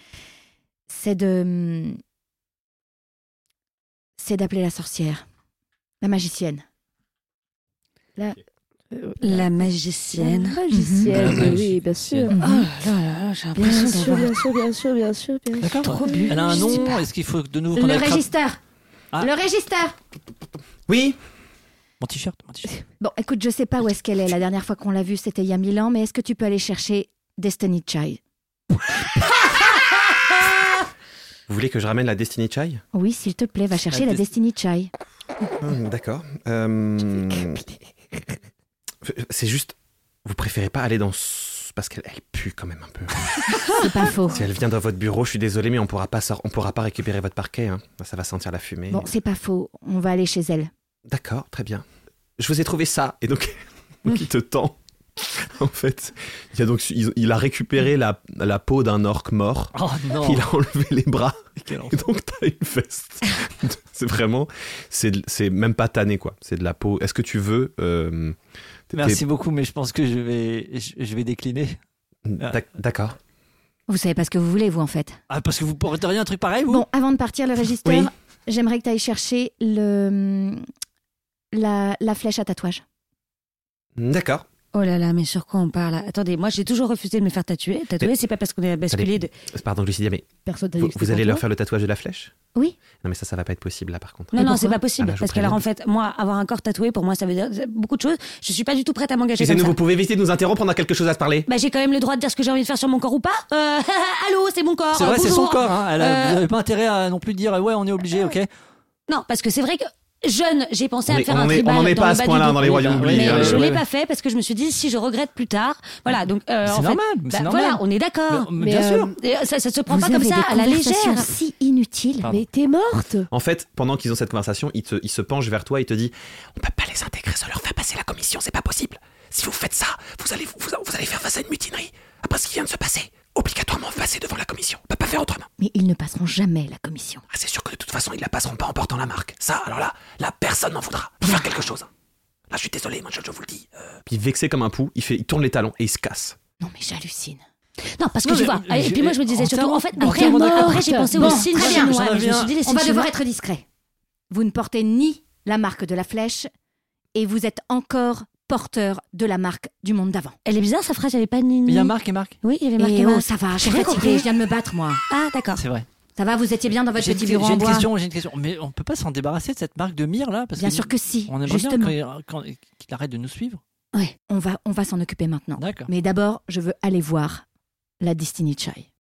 S3: c'est de. C'est d'appeler la sorcière, la magicienne.
S5: euh,
S6: La
S5: la
S6: magicienne.
S5: magicienne,
S2: Mhm.
S5: mais oui, bien sûr.
S6: Oh là là là, j'ai
S5: Bien
S6: l'impression
S5: sûr,
S6: d'avoir
S5: bien sûr, bien sûr, bien sûr, bien sûr.
S2: D'accord.
S6: trop bu.
S2: Elle a un
S6: Je sais
S2: nom.
S6: pas.
S2: Est-ce qu'il faut de nouveau qu'on
S3: Le
S2: aille cra-
S3: registeur
S2: Ah.
S3: Le registeur
S1: Oui
S2: Mon t-shirt, mon t-shirt.
S3: Bon, écoute, je sais pas où est-ce qu'elle est. La dernière fois qu'on l'a vue, c'était il y a mille ans, mais est-ce que tu peux aller chercher Destiny Child
S1: Vous voulez que je ramène la Destiny Chai
S3: Oui, s'il te plaît, va chercher
S2: La
S3: la,
S2: Des-
S3: Destiny Child.
S1: Hum, D'accord. Euh, C'est juste, vous préférez pas aller dans ce... Parce qu'elle elle pue quand même un peu.
S3: C'est pas faux.
S1: Si elle vient dans votre bureau, je suis désolé, mais on pourra pas, sor- on pourra pas récupérer votre parquet. hein. Ça va sentir la fumée.
S3: Bon, c'est pas faux. On va aller chez elle.
S1: D'accord, très bien. Je vous ai trouvé ça. Et donc, donc il te tend en fait. Il, y a donc, ils ont- il a récupéré la, la peau d'un orc mort.
S2: Oh non
S1: Il a enlevé les bras
S2: Quel
S1: et donc t'as une veste. c'est vraiment, c'est de- c'est même pas tanné quoi. C'est de la peau. Est-ce que tu veux euh, t'es-
S2: Merci beaucoup, mais je pense que je vais, je, je vais décliner.
S1: t'es- d'ac- D'accord.
S3: Vous savez pas ce que vous voulez, vous, en fait.
S2: Ah, parce que vous porteriez un truc pareil, vous
S3: Bon, avant de partir, le registre,
S2: Oui.
S3: j'aimerais que tu ailles chercher le, la, la flèche à tatouage.
S1: D'accord.
S6: Oh là là, mais sur quoi on parle là Attendez, moi j'ai toujours refusé de me faire tatouer. Tatouer,
S1: Mais-
S6: c'est pas parce qu'on est basculé de.
S1: Pardon Lucidia, mais
S5: Personne t'a dit
S1: vous,
S5: que c'était
S1: vous allez
S5: pour
S1: leur
S5: toi
S1: faire le tatouage de la flèche
S3: Oui.
S1: Non mais ça, ça va pas être possible là par contre.
S6: Non,
S5: Et
S6: non,
S5: pourquoi
S6: c'est pas
S1: Ah
S6: possible.
S1: bah, je vous
S6: parce que alors, en
S1: préviens.
S6: fait, moi, avoir un corps tatoué, pour moi, ça veut dire beaucoup de choses. Je suis pas du tout prête à m'engager
S1: Excusez-nous,
S6: comme ça.
S1: vous pouvez éviter de nous interrompre, on a quelque chose à se parler.
S6: Bah, j'ai quand même le droit de dire ce que j'ai envie de faire sur mon corps ou pas. Euh, allô, c'est mon corps.
S2: C'est vrai,
S6: euh,
S2: c'est son
S6: bonjour.
S2: corps. hein. Elle a-
S6: Euh,
S2: Vous n'avez pas intérêt à non plus dire euh, ouais, on est obligé, ok
S6: Non, parce que c'est vrai que jeune, j'ai pensé
S1: On
S6: à
S1: est-
S6: me faire
S1: on
S6: un
S1: en est-
S6: tribal
S1: on en est
S6: dans
S1: pas à
S6: le
S1: ce
S6: bas du
S1: point-là
S6: dos.
S1: dans les royaumes
S2: oubliés,
S6: Mais
S2: hein,
S6: je
S2: ouais,
S6: l'ai
S2: ouais.
S6: pas fait parce que je me suis dit si je regrette plus tard, voilà. Donc euh, en
S2: C'est
S6: fait,
S2: normal, mais
S6: bah,
S2: c'est normal.
S6: Voilà, on est d'accord.
S2: Mais
S5: Mais,
S2: Bien
S5: euh,
S2: sûr.
S6: Et Ça, ça se prend
S3: Vous
S6: pas comme
S3: avez
S6: ça
S3: des
S6: à la
S3: conversations
S6: légère.
S3: si inutile.
S2: Pardon.
S5: Mais t'es morte
S1: En fait, pendant qu'ils ont cette conversation, il, te- il se penche vers toi, il te dit On peut pas les intégrer, ça leur fait passer la commission, c'est pas possible. Si vous faites ça, vous allez, vous, vous allez faire face à une mutinerie. Après ce qui vient de se passer, obligatoirement passer devant la commission. On peut pas faire autrement.
S3: Mais ils ne passeront jamais la commission.
S1: Ah, c'est sûr que de toute façon, ils la passeront pas en portant la marque. Ça, alors là, la personne n'en voudra. Faut faire quelque chose. hein. Là, je suis désolé, moi, je, je vous le dis. Euh... Puis vexé comme un pou, il, fait, il tourne les talons et il se casse.
S3: Non, mais j'hallucine.
S6: Non, parce que
S2: Non,
S6: tu
S2: mais-
S6: vois. Et puis moi, je me disais surtout, en fait,
S2: Enterrement-
S6: après,
S2: enterrement d'accord.
S6: après, j'ai pensé aux
S3: Bon,
S6: signes
S3: très bien,
S2: j'en
S6: chinois. mais Je me
S2: reviens.
S6: suis dit, les
S3: On
S6: signes
S3: va devoir
S6: chinois-
S3: être discret. Vous ne portez ni la marque de la flèche et vous êtes encore porteur de la marque du monde d'avant.
S6: Elle est bizarre sa phrase, elle est pas ni.
S2: Il y a Marc et Marc.
S6: Oui, il y avait marqué.
S3: Et
S6: Marc.
S3: oh, ça va, je suis
S6: J'ai rien compris.
S3: fatiguée, je viens de me battre, moi.
S6: Ah, d'accord.
S2: C'est vrai.
S3: Ça va, vous étiez bien dans votre
S2: J'ai une,
S3: petit bureau
S2: j'ai
S3: en
S2: une
S3: bois
S2: question, j'ai une question. Mais on peut pas s'en débarrasser de cette marque de mire là parce
S3: Bien sûr que si,
S2: On aimerait
S3: justement.
S2: bien quand- quand- qu'il arrête de nous suivre.
S3: Ouais, on va, on va s'en occuper maintenant.
S2: D'accord.
S3: Mais d'abord, je veux aller voir la Destiny Chai.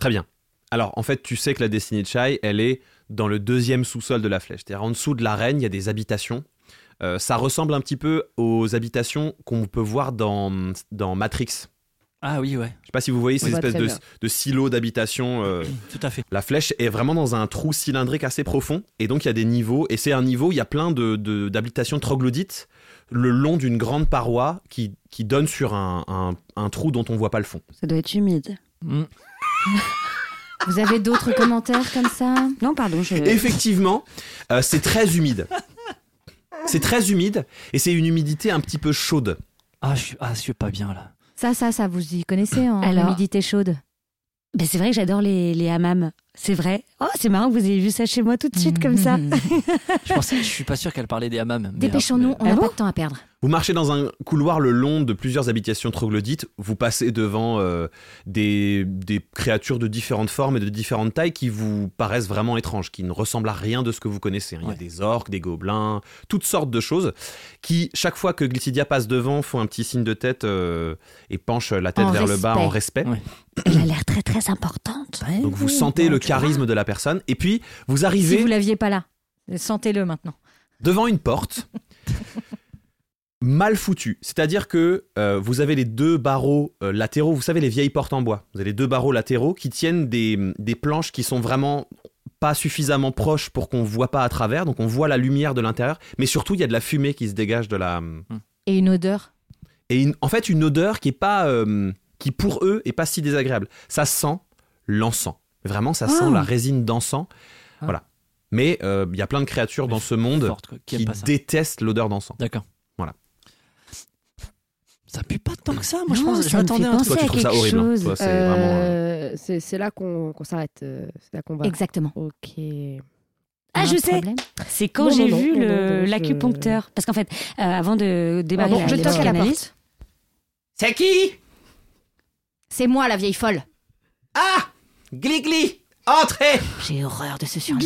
S1: Très bien. Alors, en fait, tu sais que la destinée de Chai, elle est dans le deuxième sous-sol de la flèche. C'est-à-dire, en dessous de l'arène, il y a des habitations. Euh, ça ressemble un petit peu aux habitations qu'on peut voir dans, dans Matrix. Je
S2: Ah oui, ouais,
S1: sais pas si vous voyez ces
S5: On voit
S1: espèces
S5: très
S1: de,
S5: bien.
S1: de silos d'habitation. euh,
S2: tout à fait.
S1: La flèche est vraiment dans un trou cylindrique assez profond, et donc il y a des niveaux, et c'est un niveau, il y a plein de- de- d'habitations de, troglodytes le long d'une grande paroi qui, qui donne sur un, un- un trou dont on voit pas le fond.
S6: Ça doit être humide.
S2: Mm.
S3: Vous avez d'autres commentaires comme ça
S6: Non, pardon. Je...
S1: Effectivement, euh, c'est très humide. C'est très humide, et c'est une humidité un petit peu chaude.
S2: Ah, je suis, ah, je suis pas bien là.
S3: Ça, ça, ça, vous y connaissez en
S6: Alors-
S3: humidité chaude
S6: Ben, c'est vrai que j'adore les, les hammams. C'est vrai. Oh, c'est marrant que vous ayez vu ça chez moi tout de suite comme ça.
S3: Mhm.
S2: Je pensais, je suis pas sûr qu'elle parlait des hammams. mais- hein,
S3: Dépêchons-nous, on
S6: Ah
S3: n'a
S6: bon
S3: pas de temps à perdre.
S1: Vous marchez dans un couloir le long de plusieurs habitations troglodytes, vous passez devant euh, des, des créatures de différentes formes et de différentes tailles qui vous paraissent vraiment étranges, qui ne ressemblent à rien de ce que vous connaissez. hein. Il y
S2: Ouais.
S1: a des orques, des gobelins, toutes sortes de choses qui, chaque fois que Glycidia passe devant, font un petit signe de tête euh, et penchent la tête
S3: En
S1: vers le bas en respect.
S2: Ouais.
S6: Elle a l'air très très importante.
S2: Ouais.
S1: Donc vous sentez le
S2: tu vois.
S1: charisme de la personne et puis vous arrivez...
S3: Si vous l'aviez pas là, sentez-le maintenant.
S1: devant une porte mal foutue. C'est-à-dire que euh, vous avez les deux barreaux euh, latéraux, vous savez, les vieilles portes en bois. Vous avez les deux barreaux latéraux qui tiennent des, des planches qui sont vraiment pas suffisamment proches pour qu'on voit pas à travers, donc on voit la lumière de l'intérieur, mais surtout il y a de la fumée qui se dégage de la...
S3: Et une odeur
S1: Et une- en fait une odeur qui est pas... euh, qui pour eux est pas si désagréable. Ça sent l'encens. Vraiment, ça sent
S6: Ah.
S1: la résine d'encens.
S2: Ah.
S1: Voilà. Mais euh, il y a plein de créatures
S2: Mais
S1: dans ce monde
S2: Forte, quoi, qui aime
S1: qui
S2: pas ça.
S1: détestent l'odeur d'encens.
S2: D'accord.
S1: Voilà.
S2: Ça pue pas tant que ça. Moi, je
S6: Non,
S2: pense.
S6: ça
S2: Je
S6: me
S2: m'attendais
S6: fait
S2: à un
S6: penser
S2: truc.
S1: Toi, tu
S6: à
S1: trouves ça
S6: quelque
S1: horrible. hein.
S6: chose.
S1: Toi, c'est
S5: Euh,
S1: vraiment. euh,
S5: c'est- c'est là qu'on qu'on s'arrête. euh, C'est là qu'on va.
S3: Exactement.
S5: Ok.
S3: On
S6: Ah,
S3: a
S6: je
S3: un
S6: sais.
S3: problème.
S6: C'est quand
S5: Non,
S6: j'ai
S5: non,
S6: vu
S5: non,
S6: le-
S5: non, non, je-
S6: l'acupuncteur. Parce qu'en fait, euh, avant de démarrer
S5: Pardon,
S6: la,
S5: je
S6: la
S5: toque à la
S6: psychanalyse-
S1: C'est qui
S3: C'est moi la vieille folle.
S1: Ah Gligli Entrez
S3: J'ai horreur de ce surnom.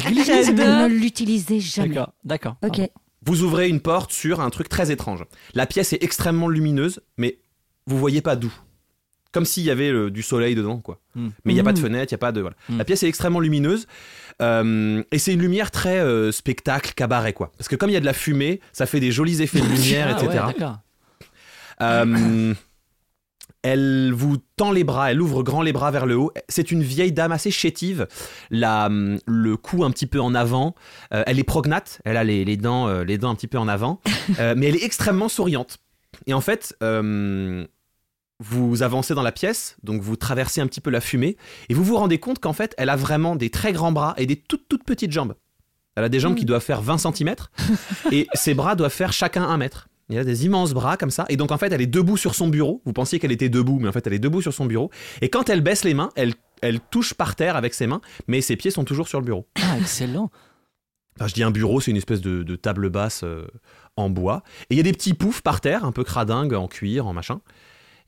S2: J'adore.
S3: Je ne l'utilisez jamais.
S2: D'accord. D'accord. Ah.
S6: Ok.
S1: Vous ouvrez une porte sur un truc très étrange. La pièce est extrêmement lumineuse, mais vous voyez pas d'où. Comme s'il y avait euh, du soleil dedans, quoi.
S2: Mm.
S1: Mais il n'y a pas de
S6: Mm.
S1: fenêtre, il n'y a pas de. Voilà.
S2: Mm.
S1: La pièce est extrêmement lumineuse. euh, et c'est une lumière très euh, spectacle, cabaret, quoi. Parce que comme il y a de la fumée, ça fait des jolis effets de lumière,
S2: Ah, ouais,
S1: etc.
S2: d'accord.
S1: Euh, elle vous tend les bras, elle ouvre grand les bras vers le haut. C'est une vieille dame assez chétive, la, hum, le cou un petit peu en avant. Euh, elle est prognate, elle a les, les dents, euh, les dents un petit peu en avant, Euh, mais elle est extrêmement souriante. Et en fait, euh, vous avancez dans la pièce, donc vous traversez un petit peu la fumée, et vous vous rendez compte qu'en fait, elle a vraiment des très grands bras et des toutes toutes petites jambes. Elle a des jambes qui doivent faire 20 cm, et ses bras doivent faire chacun 1 mètre. Il a des immenses bras comme ça, et donc en fait, elle est debout sur son bureau. Vous pensiez qu'elle était debout, mais en fait, elle est debout sur son bureau. Et quand elle baisse les mains, elle, elle touche par terre avec ses mains, mais ses pieds sont toujours sur le bureau.
S2: Ah, excellent.
S1: Enfin, je dis un bureau, c'est une espèce de, de table basse euh, en bois. Et il y a des petits poufs par terre, un peu cradingues, en cuir, en machin.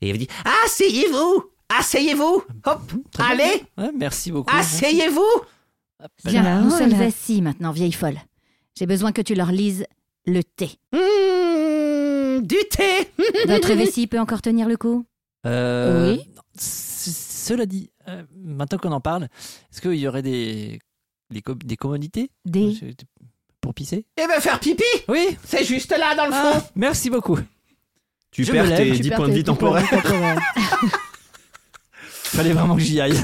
S1: Et elle dit Asseyez-vous Asseyez-vous Hop
S2: Très bien.
S1: Allez
S2: Ouais, Merci beaucoup.
S1: Asseyez-vous
S2: Ah, pas
S3: Bien,
S6: Voilà.
S3: nous sommes assis maintenant, vieille folle. J'ai besoin que tu leur lises le thé.
S1: Mmh, Du thé
S3: Votre vessie peut encore tenir le coup
S2: Euh,
S6: Oui.
S2: non, c- Cela dit, euh, maintenant qu'on en parle, est-ce qu'il y aurait des, des, com- des commodités
S3: Des.
S2: pour pisser
S1: Et me Eh ben, faire pipi
S2: Oui,
S1: C'est juste là dans le
S2: ah, merci beaucoup.
S1: Tu
S2: Je
S1: perds
S2: me lève,
S1: tes
S2: tu
S1: 10 points de vie temporaires.
S5: euh,
S2: Fallait vraiment que j'y aille.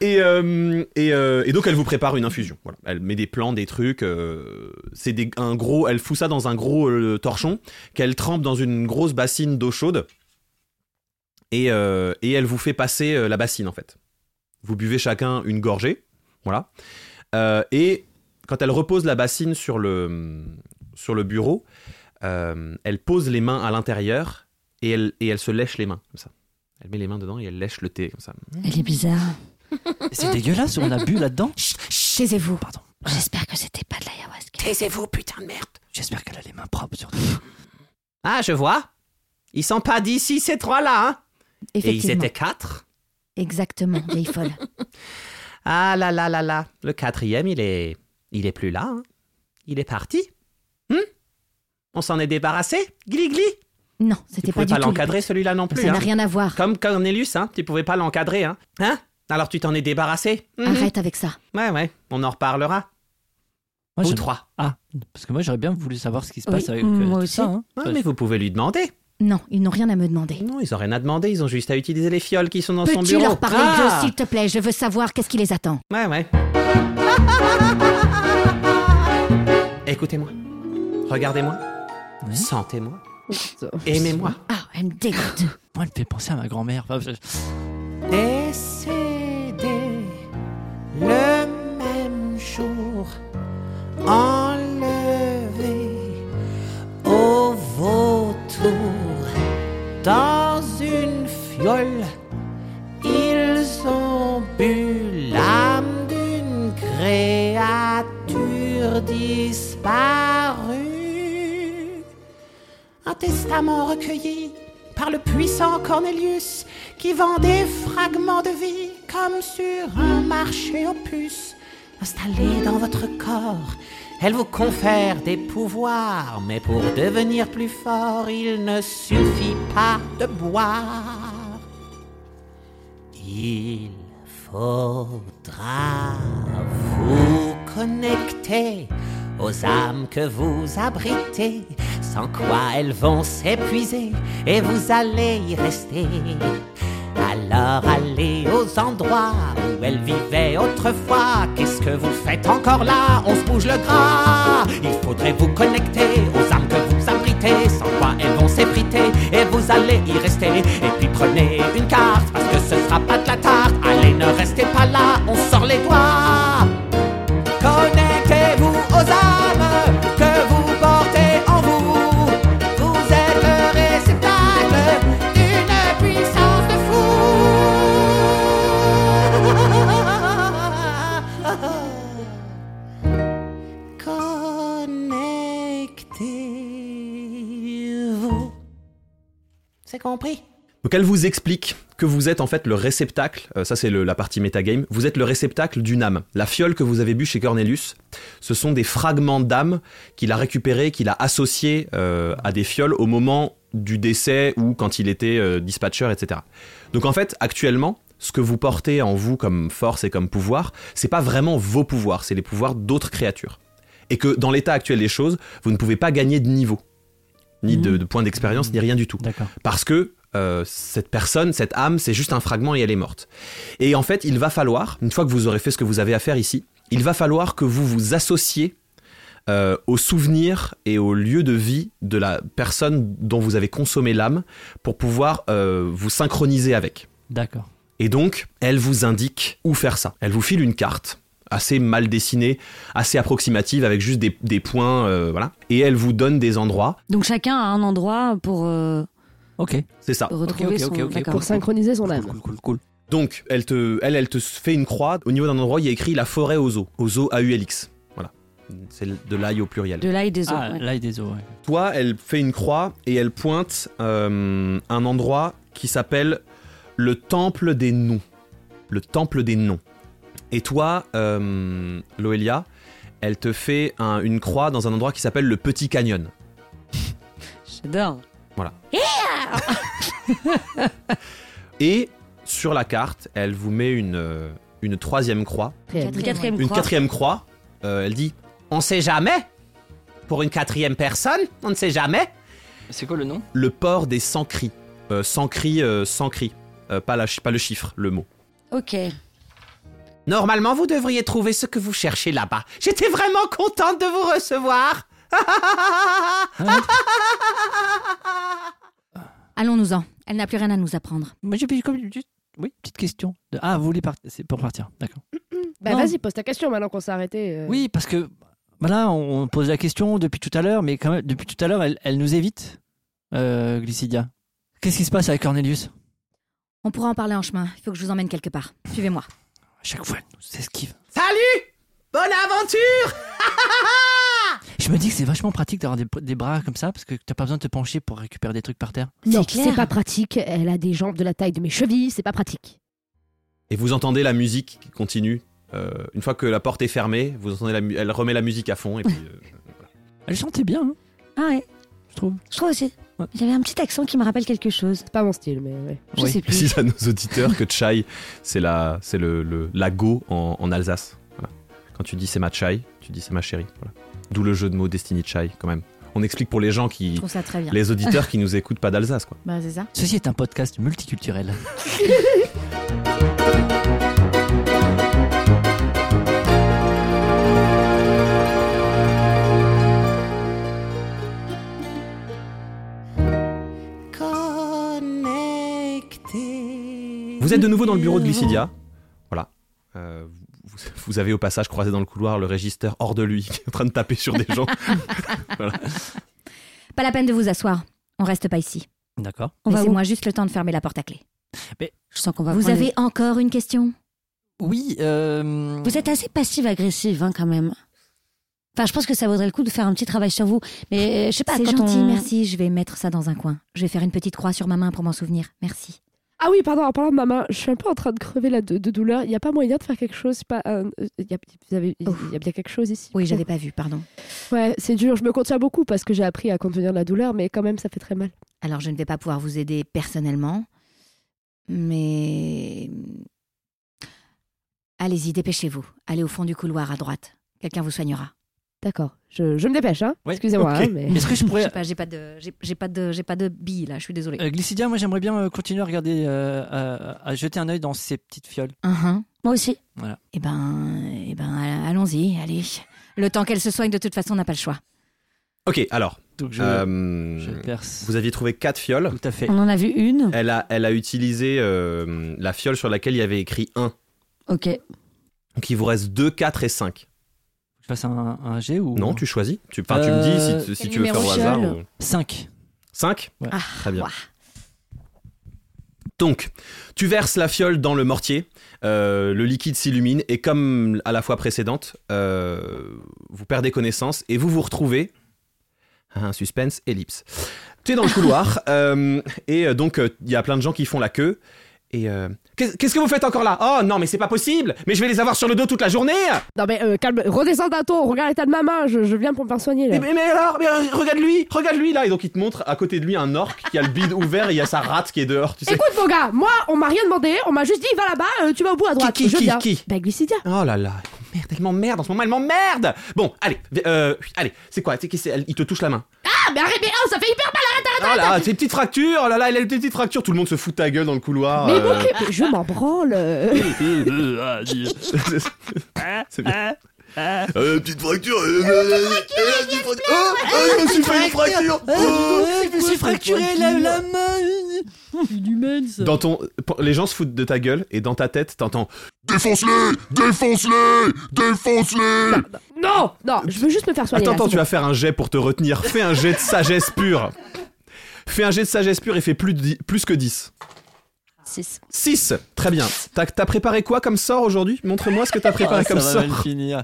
S1: Et, euh, et, euh, et donc elle vous prépare une infusion. Voilà. Elle met des plants, des trucs. euh, c'est des- un gros. Elle fout ça dans un gros euh, torchon qu'elle trempe dans une grosse bassine d'eau chaude. Et, euh, et elle vous fait passer euh, la bassine en fait. Vous buvez chacun une gorgée, voilà. Euh, et quand elle repose la bassine sur le sur le bureau, euh, elle pose les mains à l'intérieur et elle et elle se lèche les mains comme ça. Elle met les mains dedans et elle lèche le thé comme ça.
S6: Elle est bizarre.
S2: C'est dégueulasse, on a bu là-dedans.
S3: Taisez-vous.
S2: Pardon.
S6: J'espère que c'était pas de l'ayahuasca.
S1: Taisez-vous, putain de merde
S2: J'espère qu'elle a les mains propres surtout.
S1: Ah, je vois. Ils sont pas d'ici, ces trois-là, hein Et ils
S3: Effectivement.
S1: étaient quatre
S3: Exactement, vieille folle.
S1: Ah là là là là. Le quatrième, il est... Il est plus là, hein Il est parti. Hum On s'en est débarrassé Gli gli
S3: Non,
S1: Tu
S3: c'était pas
S1: pouvais
S3: du
S1: pas
S3: tout.
S1: l'encadrer, celui-là non plus,
S3: Ça n'a
S1: hein.
S3: rien à voir.
S1: Comme Cornelius, hein Tu pouvais pas l'encadrer, hein Hein Alors tu t'en es débarrassé Mhm.
S3: Arrête avec ça.
S1: Ouais, ouais, on en reparlera.
S2: Moi,
S1: Ou
S2: j'aime-
S1: trois.
S2: Ah, parce que moi j'aurais bien voulu savoir ce qui se
S6: Oui, Mmh,
S2: passe avec euh,
S6: moi
S2: tout
S6: aussi.
S2: ça. hein.
S1: Ouais, mais vous pouvez lui demander.
S3: Non, ils n'ont rien à me demander.
S1: Non, ils ont rien à demander, ils ont juste à utiliser les fioles qui sont dans son
S3: Peux-tu
S1: bureau.
S3: leur parler
S1: Ah
S3: d'eux, s'il te plaît Je veux savoir qu'est-ce qui les attend.
S1: Ouais, ouais. Écoutez-moi. Regardez-moi.
S2: Oui.
S1: Sentez-moi. Aimez-moi.
S3: Ah, elle me dégoûte.
S2: Moi, elle me fait penser à ma grand-mère. Enfin, je-
S8: décédé le même jour, enlevé au vautour dans une fiole. Ils ont bu l'âme d'une créature disparue. Un testament recueilli par le puissant Cornelius qui vend des fragments de vie comme sur un marché aux puces. Installée dans votre corps, elle vous confère des pouvoirs, mais pour devenir plus fort, il ne suffit pas de boire. Il faudra vous connecter aux âmes que vous abritez, sans quoi elles vont s'épuiser et vous allez y rester. Alors allez aux endroits où elles vivaient autrefois. Qu'est-ce que vous faites encore là On se bouge le gras. Il faudrait vous connecter aux âmes que vous abritez, sans quoi elles vont s'effriter et vous allez y rester. Et puis prenez une carte parce que ce sera pas de la tarte. Allez, ne restez pas là, on sort les doigts. Connectez-vous aux âmes que vous portez en vous. Vous êtes le réceptacle d'une puissance de fou. Connectez-vous. C'est compris?
S1: Donc elle vous explique que vous êtes en fait le réceptacle, euh, ça c'est le- la partie métagame, vous êtes le réceptacle d'une âme. La fiole que vous avez bu chez Cornelius, ce sont des fragments d'âme qu'il a récupérés, qu'il a associés euh, à des fioles au moment du décès ou quand il était euh, dispatcher, etc. Donc en fait, actuellement, ce que vous portez en vous comme force et comme pouvoir, c'est pas vraiment vos pouvoirs, c'est les pouvoirs d'autres créatures. Et que dans l'état actuel des choses, vous ne pouvez pas gagner de niveau, ni de, de points d'expérience, ni rien du tout
S2: D'accord.
S1: parce que euh, cette personne, cette âme, c'est juste un fragment et elle est morte. Et en fait, il va falloir, une fois que vous aurez fait ce que vous avez à faire ici, il va falloir que vous vous associez euh, au souvenir et au lieu de vie de la personne dont vous avez consommé l'âme pour pouvoir euh, vous synchroniser avec.
S2: D'accord.
S1: Et donc, elle vous indique où faire ça. Elle vous file une carte assez mal dessinée, assez approximative, avec juste des, des points, euh, voilà. Et elle vous donne des endroits.
S6: Donc chacun a un endroit pour euh,
S2: Ok.
S1: C'est ça.
S6: retrouver
S2: Ah, ok, ok,
S6: son.
S2: ok.
S6: d'accord.
S5: pour synchroniser son
S2: Cool,
S5: âme.
S2: cool, cool, cool.
S1: Donc, elle te, elle, elle te fait une croix. Au niveau d'un endroit, il y a écrit la forêt aux eaux. Aux eaux A-U-L-X. Voilà. C'est de l'ail au pluriel.
S6: De là et des autres.
S2: Ah,
S6: ouais.
S2: là, il y a des os, ouais.
S1: Toi, elle fait une croix et elle pointe euh, un endroit qui s'appelle le temple des noms. Le temple des noms. Et toi, euh, Loelia, elle te fait un- une croix dans un endroit qui s'appelle le Petit Canyon.
S6: J'adore.
S1: Et sur la carte, elle vous met une, euh, une troisième croix.
S5: Réel.
S6: Une quatrième
S1: Une
S6: croix.
S1: quatrième croix. Euh, elle dit On sait jamais Pour une quatrième personne, on ne sait jamais
S2: C'est quoi le nom
S1: Le port des 100 cris. Euh, 100 cris, euh, 100 cris. Euh, pas, la ch- pas le chiffre, le mot.
S6: Ok.
S1: Normalement, vous devriez trouver ce que vous cherchez là-bas. J'étais vraiment contente de vous recevoir.
S2: Ah.
S3: Allons-nous-en. Elle n'a plus rien à nous apprendre.
S2: Moi, j'ai comme Oui, petite question. De- Ah, vous voulez partir C'est pour partir, d'accord.
S5: Bah
S2: Non.
S5: vas-y, pose ta question maintenant qu'on s'est arrêté. euh.
S2: Oui, parce que bah là, on on pose la question depuis tout à l'heure, mais quand même, depuis tout à l'heure, elle, elle nous évite, euh, Glycidia. Qu'est-ce qui se passe avec Cornelius
S3: On pourra en parler en chemin. Il faut que je vous emmène quelque part. Suivez-moi.
S2: À chaque fois, elle nous esquive.
S1: Salut Bonne aventure
S2: Je me dis que c'est vachement pratique d'avoir des, des bras comme ça, parce que t'as pas besoin de te pencher pour récupérer des trucs par terre.
S5: Non,
S3: C'est clair.
S5: c'est pas pratique. Elle a des jambes de la taille de mes chevilles, c'est pas pratique.
S1: Et vous entendez la musique qui continue. Euh, une fois que la porte est fermée, vous entendez la mu- elle remet la musique à fond. Et puis, euh,
S2: Elle chantait bien, hein,
S6: Ah ouais.
S2: je trouve.
S6: Je crois aussi.
S2: Ouais.
S6: J'avais un petit accent qui me rappelle quelque chose.
S5: C'est pas mon style, mais ouais.
S6: Je
S2: Oui.
S6: sais
S1: je
S6: plus.
S1: précise à nos auditeurs que chai, c'est la, c'est le, le- la go en, en Alsace. Voilà. Quand tu dis c'est ma chai, tu dis c'est ma chérie. Voilà. D'où le jeu de mots Destiny Chai, quand même. On explique pour les gens
S3: Je
S1: qui,
S3: trouve ça très bien.
S1: les auditeurs qui nous écoutent pas d'Alsace, quoi.
S3: Bah, c'est ça.
S2: Ceci est un podcast multiculturel.
S8: Connecté.
S1: Vous êtes de nouveau dans le bureau
S2: Mmh.
S1: de Glycidia. Voilà. Euh, vous, vous avez au passage croisé dans le couloir le régisseur hors de lui qui est en train de taper sur des gens.
S3: Pas la peine de vous asseoir. On reste pas ici.
S2: D'accord.
S6: On va où
S3: Laissez-moi juste le temps de fermer la porte à clé.
S6: Je sens qu'on va.
S3: Vous
S6: prendre
S3: avez
S6: des-
S3: encore une question
S2: Oui, euh...
S6: Vous êtes assez passive agressive hein, quand même. Enfin, je pense que ça vaudrait le coup de faire un petit travail sur vous. Mais euh, je sais pas
S3: C'est
S6: quand
S3: gentil,
S6: on.
S3: merci. Je vais mettre ça dans un coin. Je vais faire une petite croix sur ma main pour m'en souvenir. Merci.
S5: Ah oui, pardon, en parlant de ma main, je suis un peu en train de crever là de, de douleur. Il n'y a pas moyen de faire quelque chose. c'est Pas un- il, y a, vous avez- il y a bien quelque chose ici.
S3: Oui, j'avais pas vu, pardon.
S5: Ouais, c'est dur. Je me contiens beaucoup parce que j'ai appris à contenir la douleur, mais quand même, ça fait très mal.
S3: Alors, je ne vais pas pouvoir vous aider personnellement, mais. Allez-y, dépêchez-vous. Allez au fond du couloir à droite. Quelqu'un vous soignera.
S5: D'accord. Je, je me dépêche, hein.
S2: Ouais,
S5: Excusez-moi,
S2: ok.
S5: hein, mais.
S2: Est-ce que je
S3: Je
S2: pourrais...
S3: sais pas, j'ai pas de, j'ai j'ai pas de, j'ai pas de billes là. Je suis désolée.
S2: Euh, Glycidia, moi j'aimerais bien euh, continuer à regarder, euh, à, à jeter un œil dans ces petites fioles.
S3: Uhum.
S6: Moi aussi.
S3: Eh ben, eh ben, a- allons-y. Allez. Le temps qu'elle se soigne, de toute façon, on n'a pas le choix.
S1: ok, alors.
S2: Donc je,
S1: euh,
S2: je perce.
S1: vous aviez trouvé quatre fioles.
S2: Tout à fait.
S6: On en a vu une.
S1: Elle a, elle a utilisé euh, la fiole sur laquelle il y avait écrit 1.
S2: Euh,
S6: Ok.
S1: Donc il vous reste 2, 4 et 5.
S2: Je fasse un, un G ou...
S1: Non, tu choisis. Tu, enfin, tu me
S2: Euh,
S1: dis si, tu- si
S3: quel
S1: tu veux faire au
S3: numéro
S1: hasard.
S6: fiole
S2: 5.
S1: 5
S3: Ah,
S1: Très bien.
S3: ouah.
S1: Donc, tu verses la fiole dans le mortier, euh, le liquide s'illumine, et comme à la fois précédente, euh, vous perdez connaissance et vous vous retrouvez. Un suspense ellipse. Tu es dans le couloir, euh, et euh, donc euh, il y a plein de gens qui font la queue. Et euh, qu'est- qu'est-ce que vous faites encore là Oh non, mais c'est pas possible Mais je vais les avoir sur le dos toute la journée
S5: Non, mais euh, calme, redescends d'un ton, regarde l'état de ma main, je, je viens pour me faire soigner là.
S1: mais, mais alors, mais, euh, regarde-lui Regarde-lui là Et donc il te montre à côté de lui un orc qui a le bide ouvert et il y a sa rate qui est dehors, tu sais.
S5: Écoute, mon gars, moi, on m'a rien demandé, on m'a juste dit, va là-bas, euh, tu vas au bout à droite.
S1: qui,
S5: je
S1: qui,
S5: viens.
S1: qui
S5: Bah, Glycidia.
S1: Oh là là, merde, elle m'emmerde en ce moment, elle m'emmerde Bon, allez, vi- euh, allez, c'est quoi c'est, qui, c'est- elle- Il te touche la main.
S5: Ah, mais arrête, mais oh, ça fait hyper mal.
S1: Oh là, c'est une petite fracture, oh là là, elle a une petite fracture, tout le monde se fout de ta gueule dans le couloir.
S5: Mais
S1: euh.
S6: Oh,
S5: bon, ok, mais je m'en branle. euh.
S2: Ah, dis-
S1: c'est bien.
S9: Euh, petite fracture. euh, euh, euh, euh, petite fracture. Ah, ah, je me suis fait une fracture. Oh,
S2: je me suis fracturé la, la main.
S6: Ah,
S1: Dans ton, les gens se foutent de ta gueule et dans ta tête, t'entends.
S7: Défonce-les Défonce-les Défonce-les
S5: Non, non, je veux juste me faire soigner.
S1: Attends,
S5: là,
S1: attends,
S5: c'est
S1: tu vas faire un jet pour te retenir. Fais un jet de sagesse pure. Fais un jet de sagesse pure et fais plus, de dix- plus que 10.
S5: bon. Six.
S1: 6 Très bien. T'as t'as préparé quoi comme sort aujourd'hui Montre-moi ce que t'as préparé
S2: Ah,
S1: comme
S2: ça va mal
S1: sort.
S2: finir.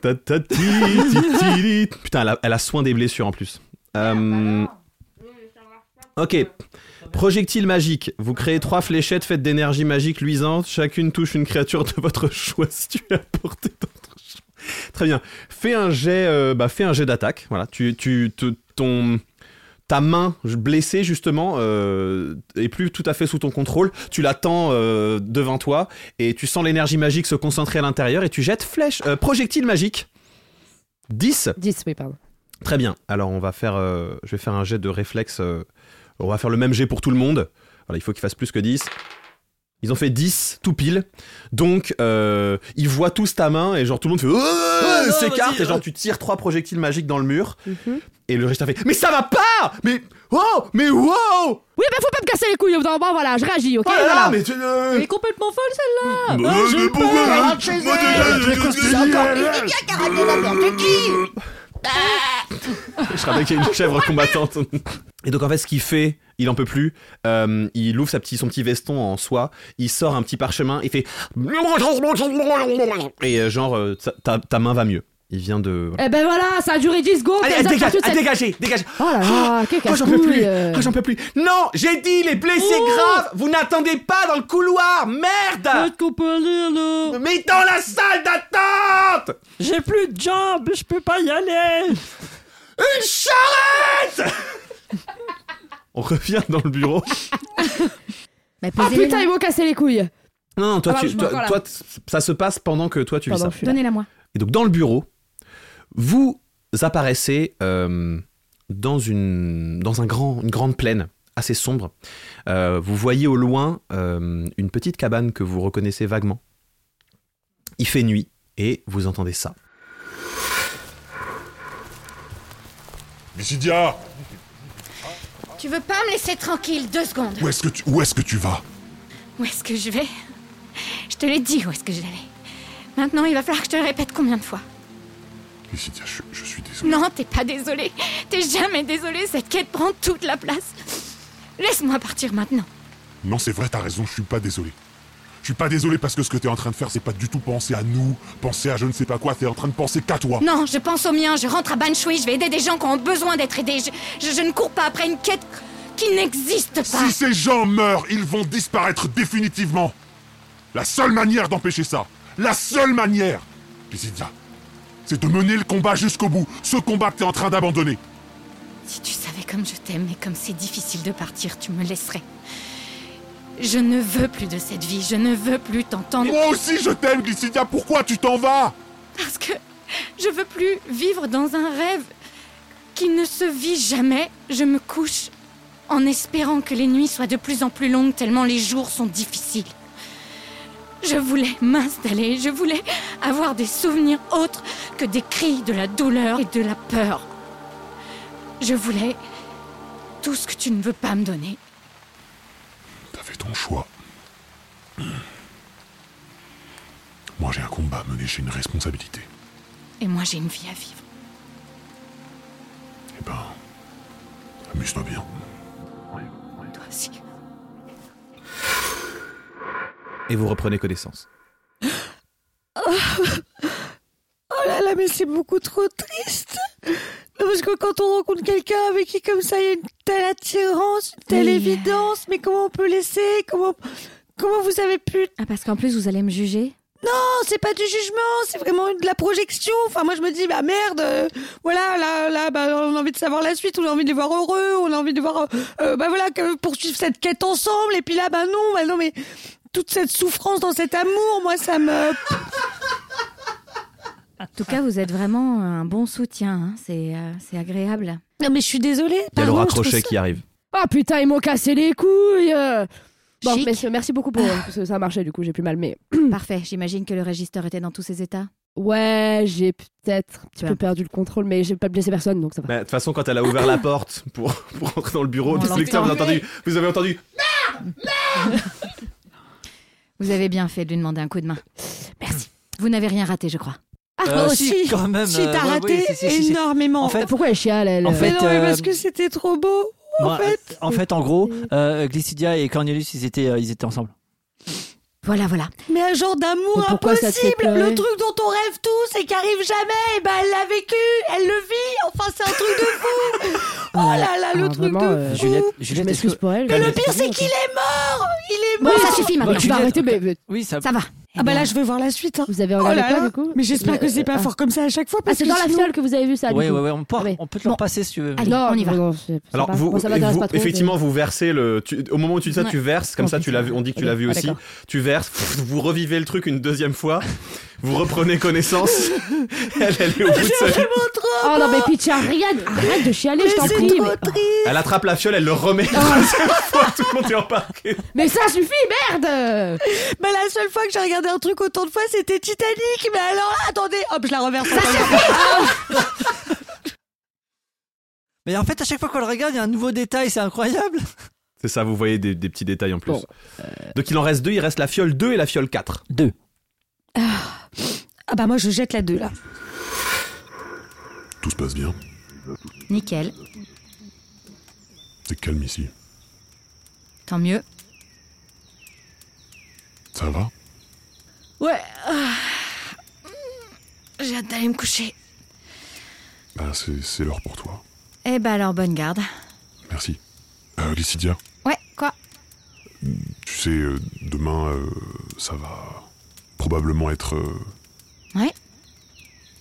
S1: Ta- ta- ti- ti- ti- li. Putain, elle a, elle a soin des blessures en plus. Euh, Ok. Projectile magique. Vous créez trois fléchettes faites d'énergie magique luisante. Chacune touche une créature de votre choix si tu es à portée de votre choix. Très bien. Fais un jet, euh, bah, fais un jet d'attaque. Voilà. Tu, tu, te- ton, ta main blessée justement euh, est plus tout à fait sous ton contrôle. Tu l'attends euh, devant toi et tu sens l'énergie magique se concentrer à l'intérieur et tu jettes flèche, euh, projectile magique. 10
S5: Dix, oui, pardon.
S1: Très bien. Alors on va faire, euh, je vais faire un jet de réflexe. euh, on va faire le même jet pour tout le monde. Voilà, il faut qu'ils fassent plus que 10. Ils ont fait 10 tout pile. Donc euh, ils voient tous ta main et genre tout le monde fait
S2: Ouais,
S1: Ouah
S2: non,
S1: s'écarte
S2: vas-y, euh.
S1: et genre
S2: ouais.
S1: tu tires trois projectiles magiques dans le mur
S5: Mhm.
S1: et le résultat fait mais ça va pas mais oh mais wow
S5: Oui, mais faut pas me casser les couilles. Bon, voilà, je réagis, ok
S1: oh là
S5: voilà.
S1: là mais tu- euh,
S5: Elle est complètement folle, celle-là.
S7: Bah, Mais pourquoi Moi déjà, j'ai tout gagné.
S1: Je savais qu'il y a une chèvre combattante. Et donc en fait, ce qu'il fait, il en peut plus. euh, il ouvre sa petit, son petit veston en soie, il sort un petit parchemin, il fait et euh, genre euh, ta- ta, ta main va mieux. Il vient de. voilà.
S5: Eh ben voilà, ça a duré 10 secondes.
S1: Allez,
S5: elles ont
S1: dégage,
S5: perdu cette-
S1: dégagez, dégagez.
S5: Oh là là, quel
S1: Oh, j'en peux plus.
S5: casse-couille. euh.
S1: Oh, j'en peux plus. Non, j'ai dit les blessés graves. Vous n'attendez pas dans le couloir, merde.
S2: Peut-être qu'on peut aller là.
S1: Mais dans la salle d'attente.
S2: J'ai plus de jambes, je peux pas y aller.
S1: Une charrette. On revient dans le bureau.
S4: Bah,
S5: Ah
S4: posez-les
S5: putain,
S4: là.
S5: ils m'ont cassé les couilles.
S1: Non, non, toi,
S5: Alors,
S1: tu-
S5: je me
S1: toi,
S5: rends là.
S1: toi, t- ça se passe pendant que toi, tu vis
S5: Pardon,
S1: ça.
S5: je suis là.
S4: Donnez-la moi.
S1: Et donc, dans le bureau, vous apparaissez euh, dans, une, dans un grand, une grande plaine assez sombre. Euh, vous voyez au loin euh, une petite cabane que vous reconnaissez vaguement. Il fait nuit et vous entendez ça.
S7: Visidia,
S3: Tu veux pas me laisser tranquille deux secondes
S7: où est-ce que tu, où est-ce que tu vas
S3: Où est-ce que je vais Je te l'ai dit où est-ce que j'allais. Maintenant, il va falloir que je te le répète combien de fois
S7: Visidia, je, je suis désolé.
S3: Non, t'es pas désolé. T'es jamais désolé. Cette quête prend toute la place. Laisse-moi partir maintenant.
S7: Non, c'est vrai, t'as raison, je suis pas désolé. Je suis pas désolé parce que ce que t'es en train de faire, c'est pas du tout penser à nous, penser à je ne sais pas quoi, t'es en train de penser qu'à toi.
S3: Non, je pense au mien. Je rentre à Banshui. Je vais aider des gens qui ont besoin d'être aidés. Je, je- je ne cours pas après une quête qui n'existe pas.
S7: Si ces gens meurent, ils vont disparaître définitivement. La seule manière d'empêcher ça, la seule manière, Visidia, c'est de mener le combat jusqu'au bout, ce combat que t'es en train d'abandonner.
S3: Si tu savais comme je t'aime et comme c'est difficile de partir, tu me laisserais. Je ne veux plus de cette vie. Je ne veux plus t'entendre.
S7: Moi aussi je t'aime, Glycidia, pourquoi tu t'en vas
S3: Parce que je veux plus vivre dans un rêve qui ne se vit jamais. Je me couche en espérant que les nuits soient de plus en plus longues tellement les jours sont difficiles. Je voulais m'installer, je voulais avoir des souvenirs autres que des cris de la douleur et de la peur. Je voulais tout ce que tu ne veux pas me donner.
S7: T'as fait ton choix. Moi j'ai un combat à mener, j'ai une responsabilité.
S3: Et moi j'ai une vie à vivre.
S7: Eh ben, amuse-toi bien.
S3: Toi aussi.
S1: Et vous reprenez connaissance.
S6: Oh là là, mais c'est beaucoup trop triste. Non, parce que quand on rencontre quelqu'un avec qui comme ça il y a une telle attirance, une telle
S4: Oui.
S6: évidence, mais comment on peut laisser Comment comment vous avez pu
S4: Ah, parce qu'en plus, vous allez me juger.
S6: Non, c'est pas du jugement, c'est vraiment de la projection. Enfin, moi je me dis bah merde, euh, voilà, là, là, bah on a envie de savoir la suite, on a envie de les voir heureux, on a envie de voir, euh, euh, bah voilà, que- poursuivre cette quête ensemble. Et puis là, bah non, bah non, mais toute cette souffrance dans cet amour, moi ça me
S4: En tout cas, vous êtes vraiment un bon soutien. hein. C'est euh, c'est agréable.
S6: Non mais je suis désolée.
S1: Il y a
S6: pardon,
S1: Laura
S6: je trouve
S1: Crochet
S6: ça-
S1: qui arrive.
S5: Ah putain, ils m'ont cassé les couilles. euh. Bon,
S4: Chic.
S5: euh,
S3: Hmm.
S5: messieurs, merci beaucoup pour parce que ça a marché du coup, j'ai plus mal mais
S4: Parfait. J'imagine que le régisseur était dans tous ses états.
S5: Ouais, j'ai peut-être un petit
S3: Peu
S5: peu perdu le contrôle, mais j'ai pas blessé personne, donc ça va.
S1: Bah, De toute façon, quand elle a ouvert la porte pour, pour entrer dans le bureau,
S3: On
S1: tous les lecteurs, vous, avez
S3: l'entendait.
S1: entendu, vous avez entendu
S3: Vous avez bien fait de lui demander un coup de main.
S5: Merci.
S3: Vous n'avez rien raté, je crois.
S2: Euh,
S6: oh, si,
S2: quand même.
S6: Si
S2: euh,
S6: t'as
S2: ouais,
S6: raté
S2: oui, si, si, si, si.
S6: énormément.
S2: En fait,
S5: Pourquoi elle chiale elle
S2: En
S5: euh,
S2: fait,
S6: mais non, mais
S2: euh,
S6: parce que c'était trop beau.
S2: moi,
S6: fait.
S2: en fait, en gros, euh, Glycidia et Cornelius, ils étaient, euh, ils étaient ensemble.
S3: Voilà, voilà.
S6: Mais un genre d'amour
S5: Mais pourquoi ça te fait
S6: impossible.
S5: pleurer
S6: Le truc dont on rêve tous et qui arrive jamais. Et ben, elle l'a vécu. Elle le vit. Enfin, c'est un truc de fou. Oh là là, le
S5: Ah,
S6: truc
S5: vraiment,
S6: de
S5: euh,
S6: fou.
S2: Juliette,
S5: Je
S2: Juliette est-ce
S5: m'excuse
S2: que-
S5: pour elle.
S6: Mais le
S5: mais
S6: pire,
S5: pas
S6: c'est
S5: grave.
S6: qu'il est mort. Il est
S5: Bon,
S6: mort.
S3: ça suffit
S5: Bah,
S3: maintenant.
S5: tu vas
S2: Juliette,
S5: arrêter, mais mais
S2: Oui, ça.
S3: Ça va.
S6: Ah bah là, je veux voir la suite. hein.
S5: vous avez
S6: Oh
S5: regardé
S6: là
S5: quoi
S6: là.
S5: du coup
S6: Mais j'espère que
S8: euh,
S6: c'est pas
S5: Ah.
S6: fort comme ça à chaque fois
S5: Ah,
S6: parce
S5: c'est
S6: que
S5: dans la
S6: sinon-
S5: fiole que vous avez vu ça. du
S2: Ouais,
S5: coup.
S2: ouais, ouais, on, peut-
S5: Ah, mais-
S2: on peut te le repasser si tu veux.
S3: Allez, on y va.
S5: non, c'est- c'est
S1: Alors,
S5: pas-
S1: vous,
S5: moi, ça m'intéresse
S1: vous-
S5: pas trop, mais-
S1: effectivement, vous versez le. tu- au moment où tu dis ça, tu verses, comme
S5: Oh,
S1: ça, tu l'as, vu- on dit que tu l'as vu
S5: Ah,
S1: aussi.
S5: d'accord.
S1: Tu verses, vous revivez le truc une deuxième fois, vous reprenez connaissance. elle, elle est au bout de sa vie.
S5: Oh non, mais Pitch, arrête, arrête de chialer, je t'en
S6: c'est
S5: prie.
S6: trop
S5: mais-
S1: Elle attrape la fiole, elle le remet une
S5: Ah.
S1: troisième fois, tout le monde est embarqué.
S5: Mais ça suffit, merde
S6: Mais la seule fois que j'ai regardé un truc autant de fois, c'était Titanic. Mais alors là, attendez, hop, je la reverse.
S2: Mais en fait, à chaque fois qu'on le regarde, il y a un nouveau détail, c'est incroyable.
S1: C'est ça, vous voyez des, des petits détails en plus.
S5: Bon,
S1: Donc il en reste deux, il reste la fiole 2 et la fiole 4.
S2: Deux.
S6: Ah bah moi, je jette la deux là.
S7: Tout se passe bien.
S3: Nickel.
S7: C'est calme ici.
S3: Tant mieux.
S7: Ça va
S3: Ouais. J'ai hâte d'aller me coucher.
S7: Bah, c'est c'est l'heure pour toi.
S3: Eh ben alors, bonne garde.
S7: Merci. Euh, Lycidia,
S3: Ouais, quoi
S7: tu sais, euh, demain, euh, ça va probablement être. euh,
S3: Ouais.